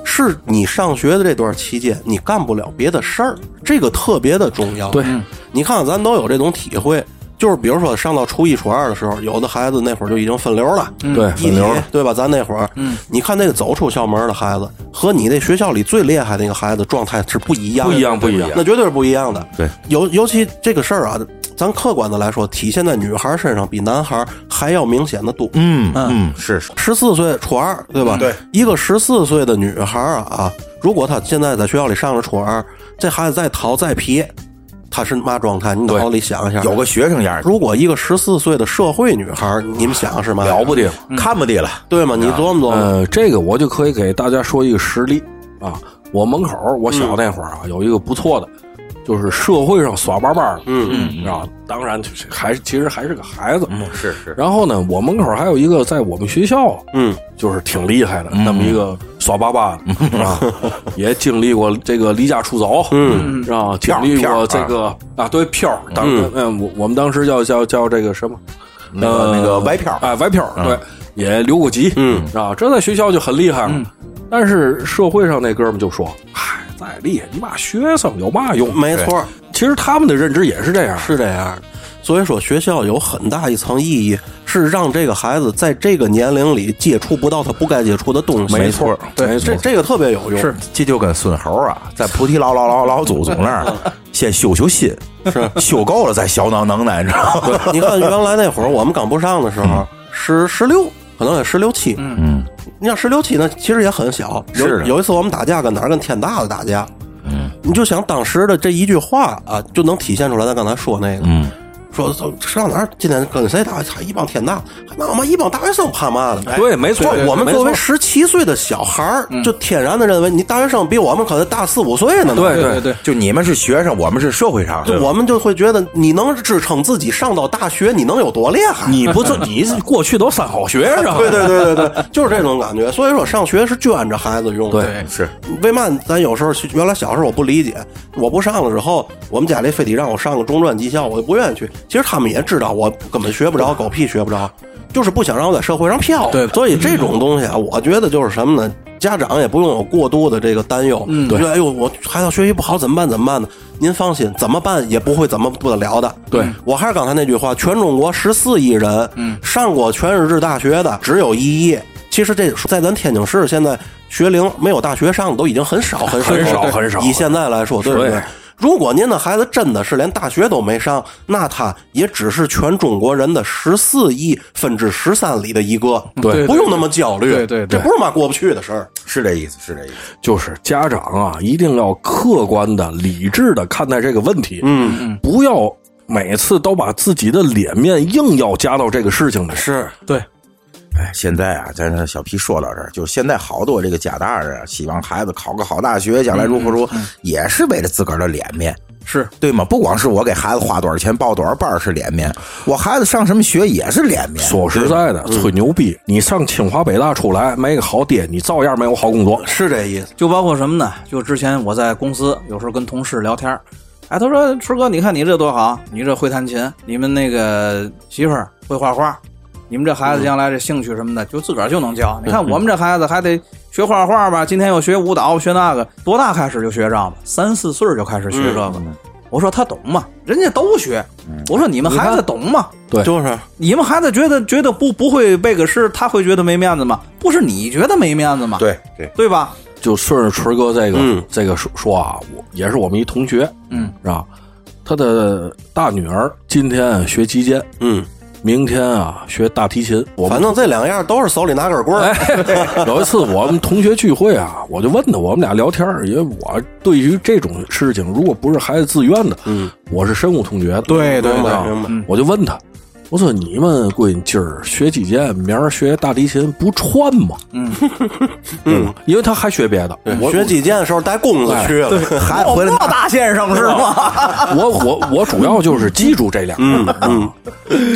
A: 是你上学的这段期间，你干不了别的事儿，这个特别的重要。
D: 对，
A: 你看咱都有这种体会，就是比如说上到初一、初二的时候，有的孩子那会儿就已经分流了，
D: 对
A: 一
D: 分流
A: 体
D: 了
A: 对吧？咱那会儿，嗯，你看那个走出校门的孩子和你那学校里最厉害的那个孩子状态是不一样的，
D: 不一样不一样
A: 那绝对是不一样的。
B: 对，
A: 尤尤其这个事儿啊，咱客观的来说，体现在女孩身上比男孩还要明显的多。
B: 嗯嗯是是
A: 十四岁初二，对
B: 嗯
A: 吧？对，一个十四岁的女孩儿啊，如果她现在在学校里上着初二，这孩子再淘再皮，她是嘛状态？你脑子里想一下。
B: 有个学生样儿，
A: 如果一个十四岁的社会女孩儿，你们想是嘛？
D: 了不得。
B: 看不得了，
A: 对吗？你琢磨琢
B: 嗯
A: 磨，
D: 呃，这个我就可以给大家说一个实例啊。我门口儿我小那会儿啊，有一个不错的，就是社会上耍巴巴的，嗯嗯，啊，当然就是还是其实还是个孩子，嗯
B: 是是，
D: 然后呢，我门口还有一个在我们学校，啊
A: 嗯，
D: 就是挺厉害的，
B: 嗯
D: 那么一个耍爸爸的， 啊，也经历过这个离家出走，嗯，啊，经历过这个啊，对票儿，当嗯，我我们当时叫叫叫这个什么，
B: 那个
D: 呃
B: 那个歪票
D: 哎，歪票，对，也留过级，嗯，啊，这在学校就很厉害了，但是社会上那哥们就说，嗨，再厉害，你妈学生有嘛用？
A: 没错儿，
D: 其实他们的认知也是这样，
A: 是这样的。所以说，学校有很大一层意义是让这个孩子在这个年龄里接触不到他不该接触的东西。
B: 没错儿
A: 对，这这个特别有用。
B: 是，这就跟孙猴啊，在菩提老老老老祖宗那儿 先修修心，是修够了再小脑能耐，你知道吗？
A: 你看原来那会儿我们刚不上的时候，十十六，可能也十六七。嗯，你想十六七呢，其实也很小。有
B: 是的
A: 有一次我们打架跟哪儿跟天大的打架，嗯，你就想当时的这一句话啊，就能体现出来咱刚才说那个，嗯。说上哪儿？今天跟谁打？操，一帮天大，那我妈一帮大学生怕嘛的？
D: 哎对没错
A: 就我们
D: 没错嗯
A: 作为十七岁的小孩儿，就天然的认为你大学生比我们可能大四五岁呢。
D: 对
C: 对对，
B: 就你们是学生，我们是社会上，
A: 就我们就会觉得你能支撑自己上到大学，你能有多厉害？
D: 你不 做，你过去都三好学 生，
A: 对对对对 对，就是这种感觉。所以说，上学是圈着孩子用的。
D: 对
B: 是
A: 为嘛咱有时候去原来小时候我不理解，我不上了之后，我们家里非得让我上个中专技校，我就不愿意去。其实他们也知道我根本学不着，狗屁学不着，就是不想让我在社会上飘。
C: 对
A: 所以这种东西啊，我觉得就是什么呢？家长也不用有过多的这个担忧，嗯，觉得哎呦，我孩子学习不好怎么办？怎么办呢？您放心，怎么办也不会怎么不得了的。嗯
D: 对
A: 我还是刚才那句话，全中国十四亿人，上过全日制大学的只有一亿。其实这在咱天津市现在学龄没有大学上的都已经很少很少
D: 很少
A: 对
D: 很少
A: 以现在来说，对不对
D: 对？
A: 如果您的孩子真的是连大学都没上，那他也只是全中国人的十四亿分之十三里的一个，
D: 对
A: 不用那么焦虑，
C: 对对
A: 这
C: 对
A: 不是嘛过不去的事儿，
B: 是这意思，是这意思，
D: 就是家长啊，一定要客观的、理智的看待这个问题，嗯，不要每次都把自己的脸面硬要加到这个事情里，是
C: 对，
B: 哎，现在啊，咱这小皮说到这儿，就是现在好多这个家大人啊，希望孩子考个好大学，将来如何如何，
C: 嗯
B: 也是为了自个儿的脸面。
C: 是
B: 对吗？不光是我给孩子花多少钱报多少班儿是脸面，我孩子上什么学也是脸面。
D: 说实在的，吹牛逼，你上清华北大出来没个好爹，你照样没有好工作，
A: 是这意思。
C: 就包括什么呢？就之前我在公司有时候跟同事聊天儿，哎，他说：“春哥，你看你这多好，你这会弹琴，你们那个媳妇儿会画画，你们这孩子将来这兴趣什么的，就自个儿就能教。你看我们这孩子还得学画画吧，今天又学舞蹈，学那个，多大开始就学上了？三四岁就开始学这个。我说他懂吗？人家都学。我说你们孩子懂吗？
D: 对
A: 就是
C: 你们孩子觉得觉得不不会背个诗，他会觉得没面子吗？不是你觉得没面子吗？
B: 对对，
C: 对吧？
D: 就顺着锤哥这个、
A: 嗯
D: 这个说说啊，我也是我们一同学，
C: 嗯，
D: 是吧？他的大女儿今天啊学击剑，
A: 嗯，
D: 明天啊学大提琴。我们哎
A: 反正这两样都是手里拿根棍儿，
D: 有一次我们同学聚会啊，我就问他，我们俩聊天儿，因为我对于这种事情，如果不是孩子自愿的，
A: 嗯，
D: 我是深恶痛绝的。
C: 对对
D: 明白
A: 对
D: 吧
A: 明白
C: 嗯
D: 我就问他，我说你们闺女今儿学击剑，明儿学大提琴，不串吗？
C: 嗯，
D: 对吧？因为他还学别的，我哎
A: 学击剑的时候带弓子去 了，
C: 还回来哦大先生是吗？
D: 我我我主要就是记住这两个。嗯，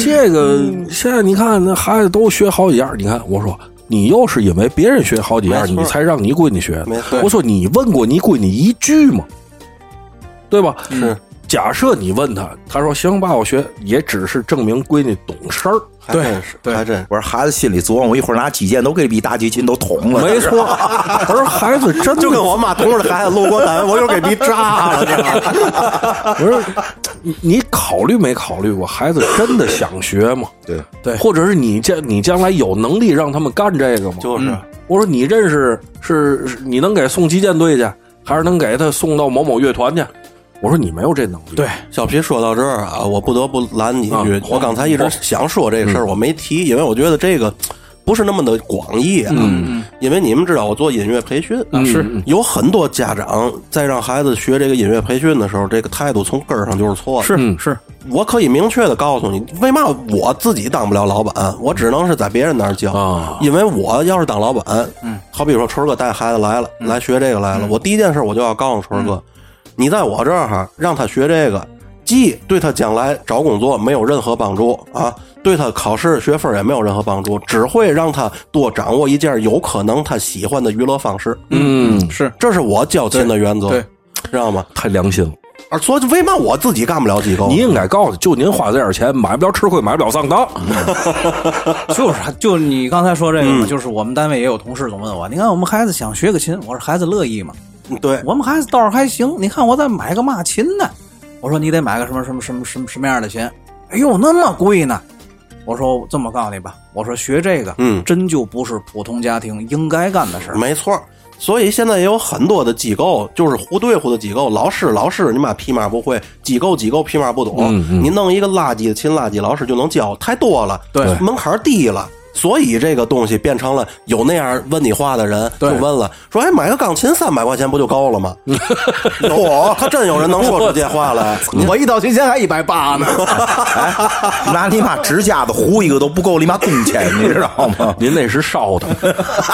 D: 这个现在你看，那孩子都学好几样儿。你看，我说你又是因为别人学好几样儿，
A: 没错
D: 你才让你闺女学
A: 没错。
D: 我说你问过你闺女一句吗？对吧？是。假设你问他，他说行吧，我学，也只是证明闺女懂事儿。
A: 还真是，还真是。
B: 我说孩子心里琢磨，我一会儿拿几剑都给比大提琴都捅了。
D: 没错， 而孩子真的
A: 就跟我妈同事的孩子路过咱们，我又给逼炸 了，这玩意儿
D: 不是，你你考虑没考虑过孩子真的想 学吗？
B: 对
D: 对，或者是你将你将来有能力让他们干这个吗？
A: 就是
D: 我说你认识是是你能给送击剑队去，还是能给他送到某某乐团去？我说你没有这能力。
C: 对
A: 小皮说到这儿啊，我不得不拦你一句。
D: 啊
A: 我刚才一直想说这事儿，我没提，因为我觉得这个不是那么的广义啊。因为你们知道，我做音乐培训，嗯是有很多家长在让孩子学这个音乐培训的时候，这个态度从根儿上就是错的。
D: 嗯
C: 是是，
A: 我可以明确的告诉你，为嘛我自己当不了老板，我只能是在别人那儿教。
D: 啊
A: 因为我要是当老板，嗯，好比说春儿哥带孩子来了，来学这个来
D: 嗯
A: 了，我第一件事我就要告诉春儿哥，你在我这儿哈让他学这个，既对他将来找工作没有任何帮助啊，对他考试学分也没有任何帮助，只会让他多掌握一件有可能他喜欢的娱乐方式。
D: 嗯，
C: 是
A: 这是我教亲的原则，
C: 对对
A: 知道吗？
D: 太良心了。
A: 而所以为嘛我自己干不了机构？
D: 你应该告诉他，就您花这点钱，买不了吃亏，买不了上 当。
C: 就是啊就你刚才说这个嘛，就是我们单位也有同事总问我，你看我们孩子想学个琴，我说孩子乐意吗？
A: 对，
C: 我们孩子倒是还行，你看我再买个嘛琴呢？我说你得买个什么什么什么什么什么样的琴？哎呦，那么贵呢？我说我这么告诉你吧，我说学这个，
A: 嗯
C: 真就不是普通家庭应该干的事儿。
A: 没错儿。所以现在也有很多的机构，就是胡对付的机构，老师老师，你妈屁嘛不会，机构机构屁嘛不懂，
D: 嗯嗯
A: 你弄一个垃圾的亲垃圾老师就能教，太多了，
C: 对
A: 门槛儿低了。所以这个东西变成了有那样问你话的人就
C: 对
A: 问了，说哎买个钢琴三百块钱不就够了 吗？有，啊他真有人能说出这话来，
C: 我一到琴弦还一百八 呢，
B: 哎拿你妈指甲子糊一个都不够你妈工钱，你知道吗？
D: 您那是烧的，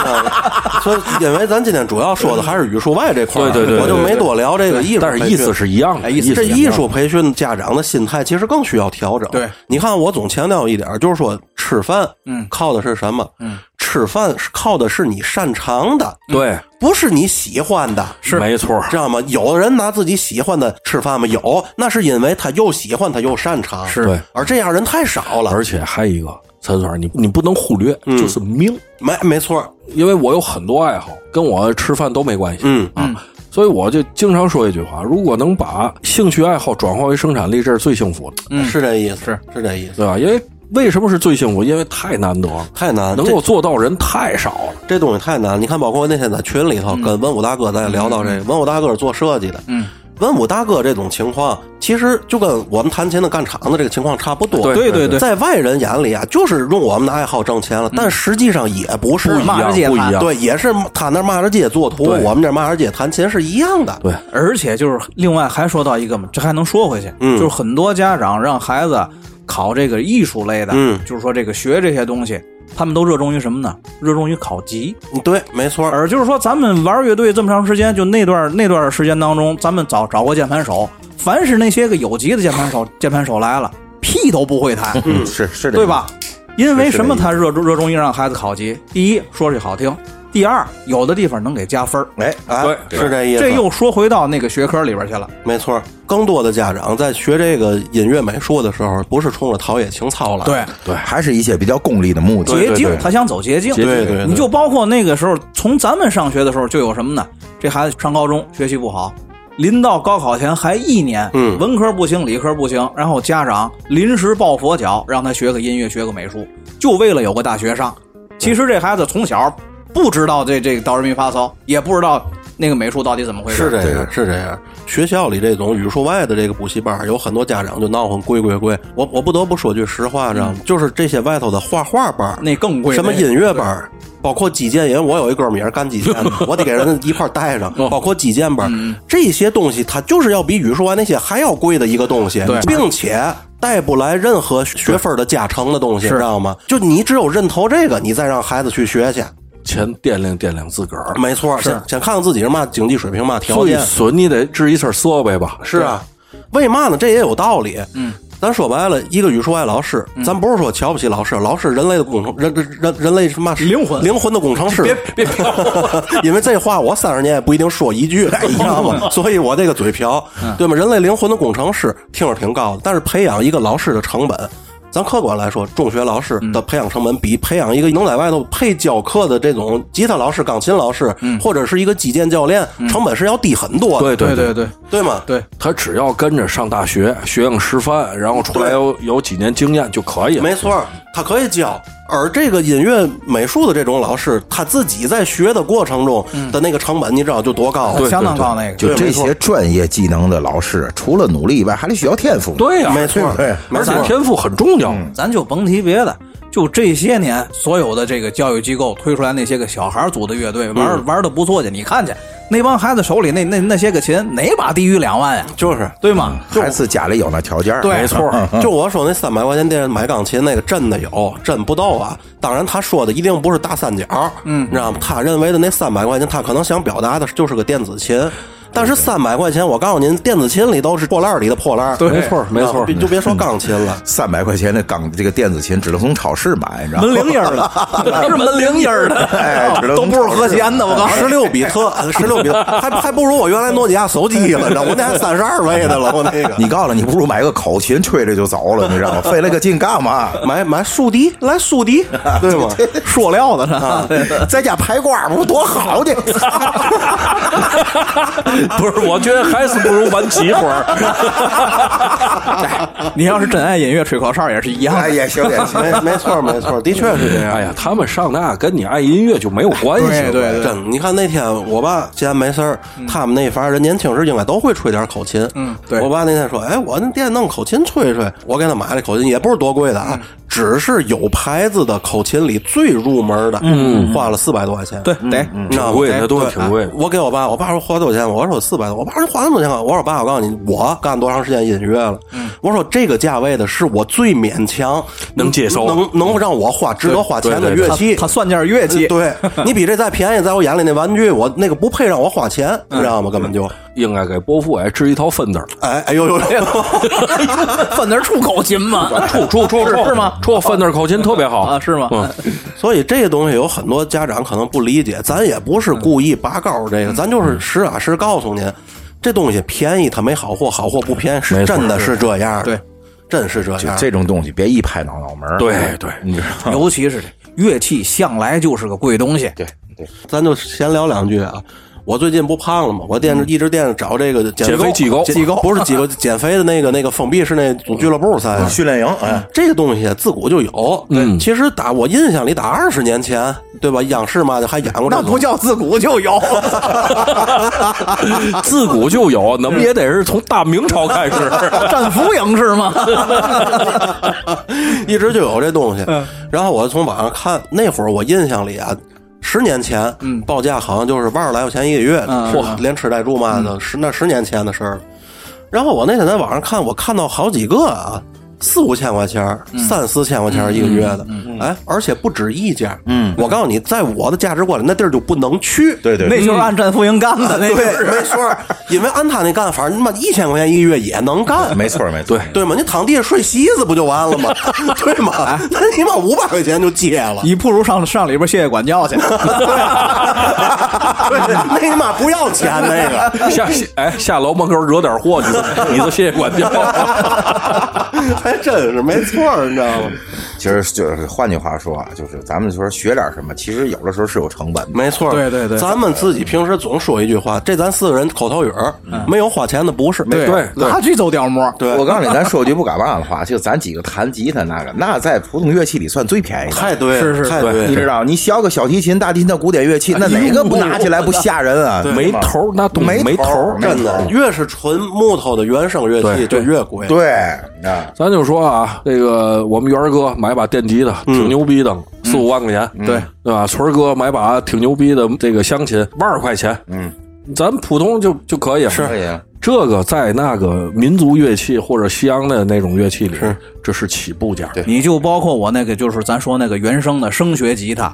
A: 所以因为咱今天主要说的还是语数外这块儿，啊
D: 对对对对
A: 我就没多聊这个艺术培
D: 但
A: 训，哎
D: 是意思是一样的。意
A: 这
D: 思是一
A: 艺
D: 样的
A: 术培训家长的心态其实更需要调整。
C: 对，
A: 你看我总强调一点，就是说吃饭，嗯，靠的是什么？嗯，吃饭是靠的是你擅长的，
D: 嗯对，
A: 不是你喜欢的，
D: 是没错儿。
A: 知道吗？有的人拿自己喜欢的吃饭吗？有，那是因为他又喜欢，他又擅长，
D: 是对
A: 而这样人太少了，
D: 而且还有一个，陈总，你你不能忽略，
A: 嗯
D: 就是命。
A: 没没错，
D: 因为我有很多爱好，跟我吃饭都没关系。
A: 嗯
D: 啊，所以我就经常说一句话：如果能把兴趣爱好转化为生产力，这是最幸福的，
C: 嗯
A: 是这意思，是是这意思，
D: 对吧？因为为什么是最幸福？因为太难得了，
A: 太难，
D: 能
A: 这
D: 够做到人太少了。
A: 这东西太难。你看，包括那天在群里头跟文武大哥咱也聊到这个，文武大哥是做设计的，嗯，文武大哥这种情况，其实就跟我们弹琴的干场子这个情况差不多。
D: 对
C: 对对
A: 在外人眼里啊，就是用我们的爱好挣钱了，但实际上也不是
C: 不一样骂着街
A: 不一
C: 弹
A: 样，对，也是他那骂着街做图，
D: 对
A: 我们这骂着街弹琴是一样的。
D: 对
C: 而且就是另外还说到一个嘛，这还能说回去，
A: 嗯
C: 就是很多家长让孩子考这个艺术类的，
A: 嗯
C: 就是说这个学这些东西，他们都热衷于什么呢？热衷于考级。
A: 对，没错儿，
C: 而就是说，咱们玩乐队这么长时间，就那段那段时间当中，咱们找找过键盘手，凡是那些个有级的键盘手，键盘手来了，屁都不会弹，
B: 嗯，是是这
C: 对吧？因为什么
B: 是这
C: 他热衷热衷于让孩子考级？第一，说句好听，第二，有的地方能给加分儿
B: 哎，哎
D: 对
A: 是这意思。
C: 这又说回到那个学科里边去了。
A: 没错儿，更多的家长在学这个音乐美术的时候，不是冲着陶冶情操来，
C: 对，
B: 对，还是一些比较功利的目的。
C: 捷径，他想走捷径。
A: 对对对对
C: 你就包括那个时候，从咱们上学的时候就有什么呢？这孩子上高中学习不好，临到高考前还一年，
A: 嗯
C: 文科不行，理科不行，然后家长临时抱佛脚，让他学个音乐，学个美术，就为了有个大学上。其实这孩子从小不知道这这个哆来咪发骚，也不知道那个美术到底怎么回事。
A: 是这
B: 对
A: 样，是这样。学校里这种语数外的这个补习班儿，有很多家长就闹哄贵贵贵。我我不得不说句实话，知道吗？就是这些外头的画画班儿，
C: 那更贵，
A: 什么
C: 那个
A: 音乐班儿，包括击剑，因为我有一哥们儿也是干击剑的，我得给人一块儿带上。包括击剑班儿，这些东西它就是要比语数外那些还要贵的一个东西
C: 对，
A: 并且。带不来任何学分儿的加成的东西，知道吗？就你只有认头这个，你再让孩子去学去，
D: 前掂量掂量自个儿。
A: 没错儿。先先看看自己是嘛经济水平、嘛嗯条
D: 最
A: 件，
D: 损你得治一身设备吧？
A: 是啊，为嘛呢？这也有道理。嗯，咱说白了，一个语数外老师，咱不是说瞧不起老师，老师人类的工程，人人人人类什么
C: 灵魂
A: 灵魂的工程师。别别， 嗯因为这话我三十年也不一定说一句，你知道吗？所以我这个嘴瓢，对吗？人类灵魂的工程师听着挺高的，但是培养一个老师的成本。咱客观来说，中学老师的培养成本比培养一个能在外头配教课的这种吉他老师、钢琴老师，或者是一个击剑教练，成本是要低很多的，
D: 对
C: 对
D: 对
C: 对对
A: 嗯对吗？
C: 对，
D: 他只要跟着上大学，学应师范，然后出来
A: 对
D: 有有几年经验就可以了。
A: 没错儿，他可以教。而这个音乐美术的这种老师，他自己在学的过程中
D: 嗯
A: 的那个成本，你知道就多高？啊 对
C: 相当高那个。
B: 就这
A: 没错
B: 些专业技能的老师，除了努力以外，还得需要天赋。，
D: 对呀、
A: 没错儿，
B: 对
A: 没
D: 而
A: 错嗯
D: 且
A: 儿，
D: 天赋很重要。
C: 咱就甭提别的，就这些年所有的这个教育机构推出来那些个小孩组的乐队，玩、
A: 嗯
C: 玩的不错去，你看去那帮孩子手里那那那些个琴，哪把低于两万呀？
A: 就是。嗯
C: 对吗？
B: 还是家里有那条件儿。啊
C: 对啊
D: 没错儿，
A: 就我说那三百块钱店买钢琴那个真的有，真不逗啊！当然他说的一定不是大三角，嗯，知道吗？他认为的那三百块钱，他可能想表达的就是个电子琴，但是三百块钱，我告诉您，电子琴里都是破烂儿里的破烂儿，
C: 对
D: 没错儿没错儿
A: 啊就别说钢琴了，
B: 三百块钱的钢这个电子琴，只能从超市买，你知道
C: 门
B: 吗？
C: 铃音儿 的，是门铃音儿
B: 哎知
C: 的，
B: 道
C: 都不是和弦的，我告诉你。
A: 十六比特，十六比特，还还不如我原来诺基亚手机了，你知道吗我那还三十二位的了，我那个
B: 你告诉我，你不如买个口琴，吹着就走了，你知道吗？费了个劲干嘛？
A: 买买竖笛，来竖笛，啊对吗？
C: 塑料的
A: 啊
C: 呢？
B: 在家排瓜不是多好的？
D: 不是，我觉得还是不如玩齐活儿。
C: 你要是真爱音乐，吹口哨也是一样
B: 哎，
C: 的。
B: 也行也行。
A: 没没错没错，的 确是这样。
D: 哎呀，他们上那跟你爱音乐就没有关系了。
C: 对对对，
A: 真，你看那天我爸闲没事儿，他们那反正人年轻时应该都会吹点口琴。嗯，
C: 对
A: 我爸那天说，哎，我那店弄口琴吹吹，我给他买了口琴，也不是多贵的啊，只是有牌子的口琴里最入门的，嗯，花了四百多块钱。
C: 对，得
A: 嗯
D: 挺贵，那东西挺贵。
A: 哎我给我爸，我爸说花多少钱？我说我四百多。我爸说花那么多钱干嘛我说爸，我告诉你，我干多长时间音乐了？
C: 嗯
A: 我说这个价位的是我最勉强
D: 能接受嗯
A: 能能让我花值得花钱的乐器。
C: 他算件乐 器，
A: 对你比这再便宜，在我眼里那玩具，我那个不配让我花钱，你知
D: 嗯
A: 道吗？根本就，
D: 应该给伯父哎织一套芬德，
A: 哎哎呦呦，
C: 算点出口琴嘛？
D: 出出出
C: 哦 是
D: 出
C: 是吗？
D: 出芬德口琴特别好
C: 啊，是吗？
D: 嗯，
A: 所以这个东西有很多家长可能不理解，咱也不是故意拔高这个，咱就是实打实告诉您，这东西便宜它没好货，好货不便宜，是
D: 没错
A: 真的是这样的，
C: 对，
A: 真是这样。
B: 这种东西别一拍脑脑门儿
D: 对对
B: 你知道吗？
C: 尤其是这乐器，向来就是个贵东西。
B: 对对，
A: 咱就闲聊两句啊。我最近不胖了吗？我惦着一直惦着找这个减
D: 减肥机构
A: 机构 不是机构，减肥的那个那个封闭式那组俱乐部赛啊。
B: 训练营哎，
A: 这个东西啊自古就有，
D: 嗯
A: 其实打我印象里打二十年前，对吧？央视嘛还演过这
C: 那
A: 种，
C: 不叫自古就有，
D: 自古就有，那不也得是从大明朝开始？
C: 战俘营是吗？
A: 一直就有这东西。
C: 嗯
A: 然后我从网上看，那会儿我印象里啊，十年前，报价好像就是万儿来块钱一个月，
C: 嗯
A: 嚯，连吃带住嘛的，十那十年前的事儿了。然后我那天在网上看，我看到好几个啊，四五千块钱
C: 嗯
A: 儿、三四千块钱儿一个月的，哎，而且不止一家。嗯，我告诉你，在我的价值观里，那地儿就不能去。
B: 对对，
C: 那就是按战俘营干的，那就
A: 对，
C: 是
A: 没错儿，因为按他那干法，他妈一千块钱一个月也能干。
B: 没错没错，对
A: 对吗？你躺地下睡席子不就完了吗？ 对吗？那你妈五百块钱就借了，
C: 你不如上上里边谢谢管教去。
A: 那你妈不要钱那个。
D: 下哎下楼门口惹点祸，你就你就谢谢管教。
A: 还真是没错儿，你知道吗？
B: 其实就是换句话说啊，就是咱们说学点什么，其实有的时候是有成本的。
A: 没错儿，
C: 对对对
A: 咱们自己平时总说一句话，这咱四个人口头语儿，没有花钱的不是，对
D: 对
C: 哪去走调摸？
A: 对
B: 我告诉你，咱说句不敢忘的话，就咱几个弹吉他那个，那在普通乐器里算最便宜的。
A: 太对了，
C: 是是
A: 太对了，
B: 你知道，你学个小提琴、大提琴的古典乐器，那哪个不拿起来不吓人啊？
D: 没头儿那东西
B: 没
D: 没
B: 头儿
D: 儿
A: 真的，越是纯木头的原声乐器就越贵，
B: 对啊，
D: 咱就说啊，这个我们元儿哥买把电吉他挺牛逼的，四五万块钱，
C: 嗯
D: 对对吧？纯儿哥买把挺牛逼的这个乡琴，万儿块钱，嗯，咱普通就就可以是
B: 可以啊
D: 这个在那个民族乐器或者西洋的那种乐器里，这是起步价。对，
C: 你就包括我那个，就是咱说那个原声的声学吉他，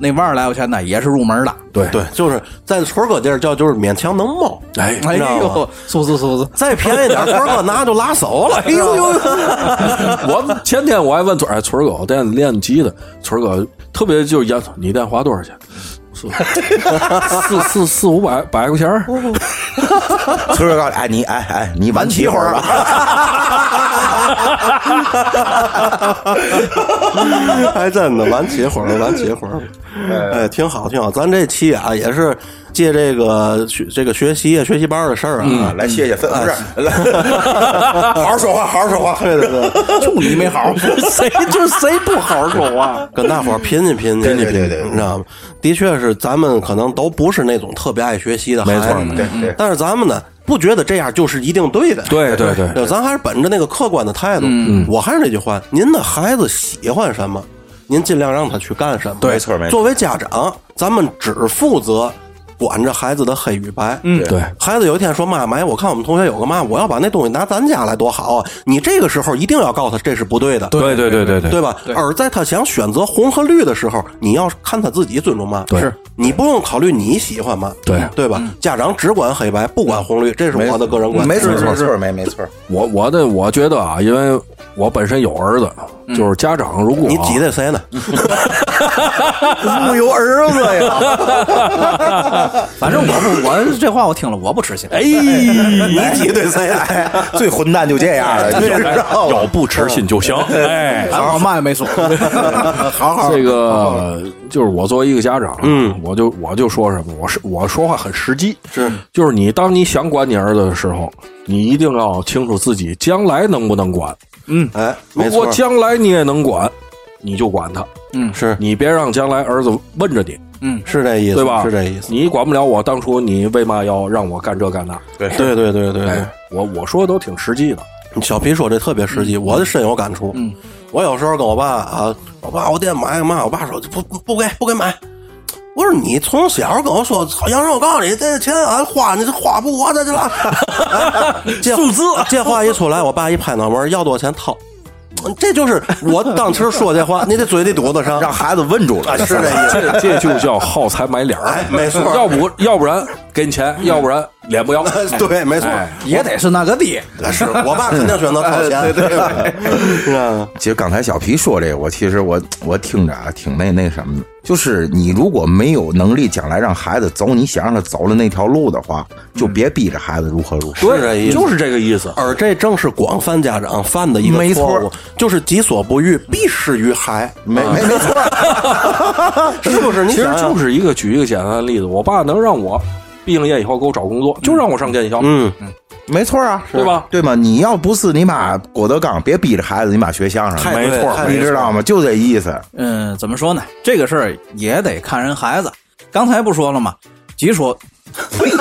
C: 那万来块钱呢也是入门的。
A: 对，就是在春儿哥地儿叫就是勉强能蒙，
D: 哎，
C: 哎
A: 知道
C: 呦
A: 吗，
C: 素素素素，
A: 再便宜点儿，春儿哥拿就拉手了，哎呦 呦，
D: 我前天我还问村儿哎，村儿哥，我练练吉他，村儿哥特别就是严肃，你练花多少钱？四四四四五百百块钱儿，
B: 崔哥告诉你，哎你哎哎你晚起会儿吧，
A: 还真的，晚起会儿，晚起会儿，哎，挺好，挺好。咱这期啊，也是借这个学这个学习啊，学习班儿的事儿啊，
B: 来谢谢分不是，来好好说话，好好说话。
A: 对对对，
C: 就你没好，
D: 谁就是谁不好好说话。
A: 跟大伙儿拼一拼，
B: 对
A: 拼一
B: 对
A: 拼，
B: 对对对
A: 你知道吗？的确是，咱们可能都不是那种特别爱学习的孩
B: 没
A: 子，嗯
B: 错对对
A: 但是咱们呢，不觉得这样就是一定对的，
D: 对对对
A: 对，咱还是本着那个客观的态度。嗯，我还是那句话，您的孩子喜欢什么，您尽量让他去干什么。
B: 对没错没错
A: 作为家长，咱们只负责管着孩子的黑与白。嗯
D: 对
A: 孩子有一天说：“妈妈，哎我看我们同学有个嘛，我要把那东西拿咱家来多好啊！”你这个时候一定要告诉他这是不对的。对
D: 对对对对对
A: 对吧？而在他想选择红和绿的时候，你要看他自己尊重嘛。
D: 对是
A: 你不用考虑你喜欢嘛，
D: 对
A: 对吧？家长只管黑白，不管红绿，这是我的个人观点。
B: 没错
A: 是
B: 没错没没错，
D: 我我的我觉得啊，因为我本身有儿子，就是家长如果
A: 你挤兑谁呢？木有儿子呀！
C: 反正我不，我这话我听了我不吃心。
D: 哎，
A: 你挤兑谁呢？
B: 最混蛋就这样了，你知道吗？
D: 有不吃心就行。哎，
C: 反正我嘛也没说，好好
D: 这个就是我作为一个家长，嗯，我就我就说什么，我是我说话很实际，
A: 是
D: 就是你当你想管你儿子的时候，你一定要清楚自己将来能不能管。
A: 哎，
D: 如
A: 没
D: 果
A: 错，嗯
D: 将来你也能管，你就管他，
A: 是
D: 你别让将来儿子问着你，
A: 是这意思，
D: 对吧？
A: 是这意思。
D: 你管不了我，当初你为嘛要让我干这干那？
B: 对
A: 对对对对对
D: 哎，，我我说的都挺实 际的。
A: 小皮说这特别实
D: 嗯
A: 际，我深有感触。嗯，我有时候跟我爸啊，我爸我爹买个嘛，我爸说不不不给不给买。我说你从小跟我说，操杨生，我告诉你，这钱俺花你这花不完的去 了。这数 字，这话一出来，我爸一拍脑门，要多少钱掏。这就是我当时说这 话，你得嘴里堵得 上，
B: 让孩子问住了，
A: 啊是这意思。
D: 这这就叫好财买脸儿，
A: 哎没错
D: 要不要不然给你钱，要不然脸不要。
A: 对，没错，
D: 哎
C: 也得是那个地，
A: 是我爸肯定选择掏 钱，嗯对对， 是吧？
B: 其实刚才小皮说这个，我其实我我听着啊，挺那那什么的，就是你如果没有能力将来让孩子走你想让他走的那条路的话，就别逼着孩子如何如何。
A: 是这意
D: 对，
A: 思
D: 就是这个意思。
A: 而这正是广泛家长犯的一
B: 没
A: 个
B: 错
A: 错误，就是己所不欲，必施于孩，
B: 没没没错，
A: 是不是？你
D: 其实
A: 想想
D: 就是一个举一个简单的例子，我爸能让我毕了业以后给我找工作，就让我上建校，
A: 嗯，
B: 没 错啊，
D: 对吧？
B: 对吗？你要不是你妈郭德纲，别逼着孩子你妈学相声，
A: 太对
D: 没错
A: 太
B: 你
A: 对
B: 知道吗？就这意思。
C: 嗯，怎么说呢？这个事儿也得看人孩子。刚才不说了吗？己所，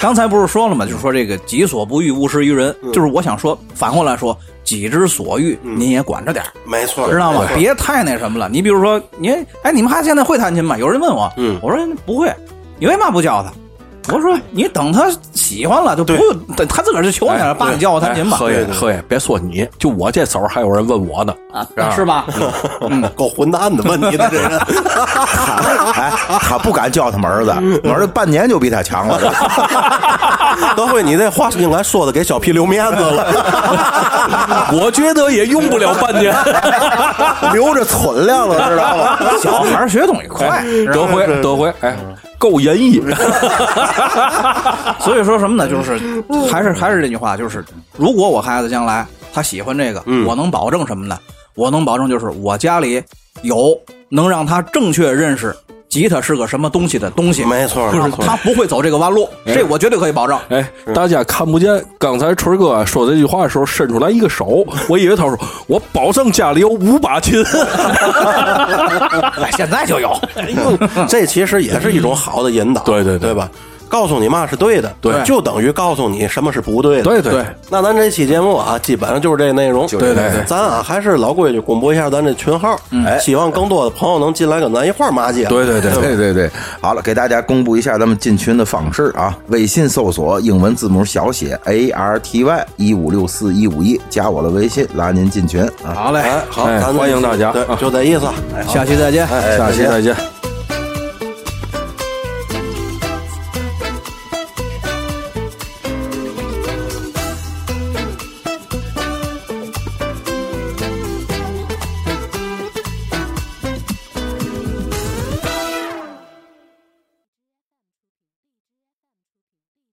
C: 刚才不是说了吗？就是说这个己所不欲，勿施于人。
D: 嗯
C: 就是我想说，反过来说，己之所欲，您也管着点儿，
A: 没错，
C: 知道吗
A: 没？错
C: 别太那什么了。你比如说，你哎，你们还现在会弹琴吗？有人问我，嗯，我说不会，你为嘛不教他？我说你等他喜欢了就不用，等他自个儿就求你
D: 哎
C: 了，爸你叫我弹琴吧，
D: 何爷，何爷，别说你，就我这手还有人问我呢，
C: 啊是吧？
A: 够混蛋的问你的这人，
B: 哎，他不敢叫他们 儿子，我儿子半年就比他强了。
A: 德惠，你这话应该说的给小屁留面子 了，
D: 我觉得也用不了半年。
B: 留着存量了，知道吗？
C: 小孩儿学东西快，
D: 德辉，德辉，哎，够仁义，
C: 所以说什么呢？就是还是还是这句话，就是如果我孩子将来他喜欢这个，
A: 嗯
C: 我能保证什么呢？我能保证就是我家里有能让他正确认识吉他是个什么东西的东西，
A: 没错
C: 就是
A: 没错
C: 他不会走这个弯路，这我绝对可以 保证。
D: 哎，大家看不见，刚才春哥说这句话的时候伸出来一个手，我以为他说我保证家里有五把琴，
C: 哎现在就有，
A: 这其实也是一种好的引导，
D: 嗯对对对
A: 对吧？告诉你嘛是对的，
D: 对
A: 就等于告诉你什么是不对的，
D: 对对对
A: 那咱这期节目啊，基本上就是这内容。
D: 这内容对对对
A: 咱啊还是老规矩，公布一下咱这群号，哎希望更多的朋友能进来跟咱一块儿骂街。
D: 哎对对对
A: 吧
B: 对对对，好了，给大家公布一下咱们进群的方式啊，微信搜索英文字母小写 A R T Y 一五六四一五一，加我的微信拉您进群啊。
C: 好嘞，
A: 哎，好，
D: 哎
A: 咱这
D: 欢迎大家
A: 对
D: 啊，
A: 就这意思。
C: 下期再见。
D: 下期再见。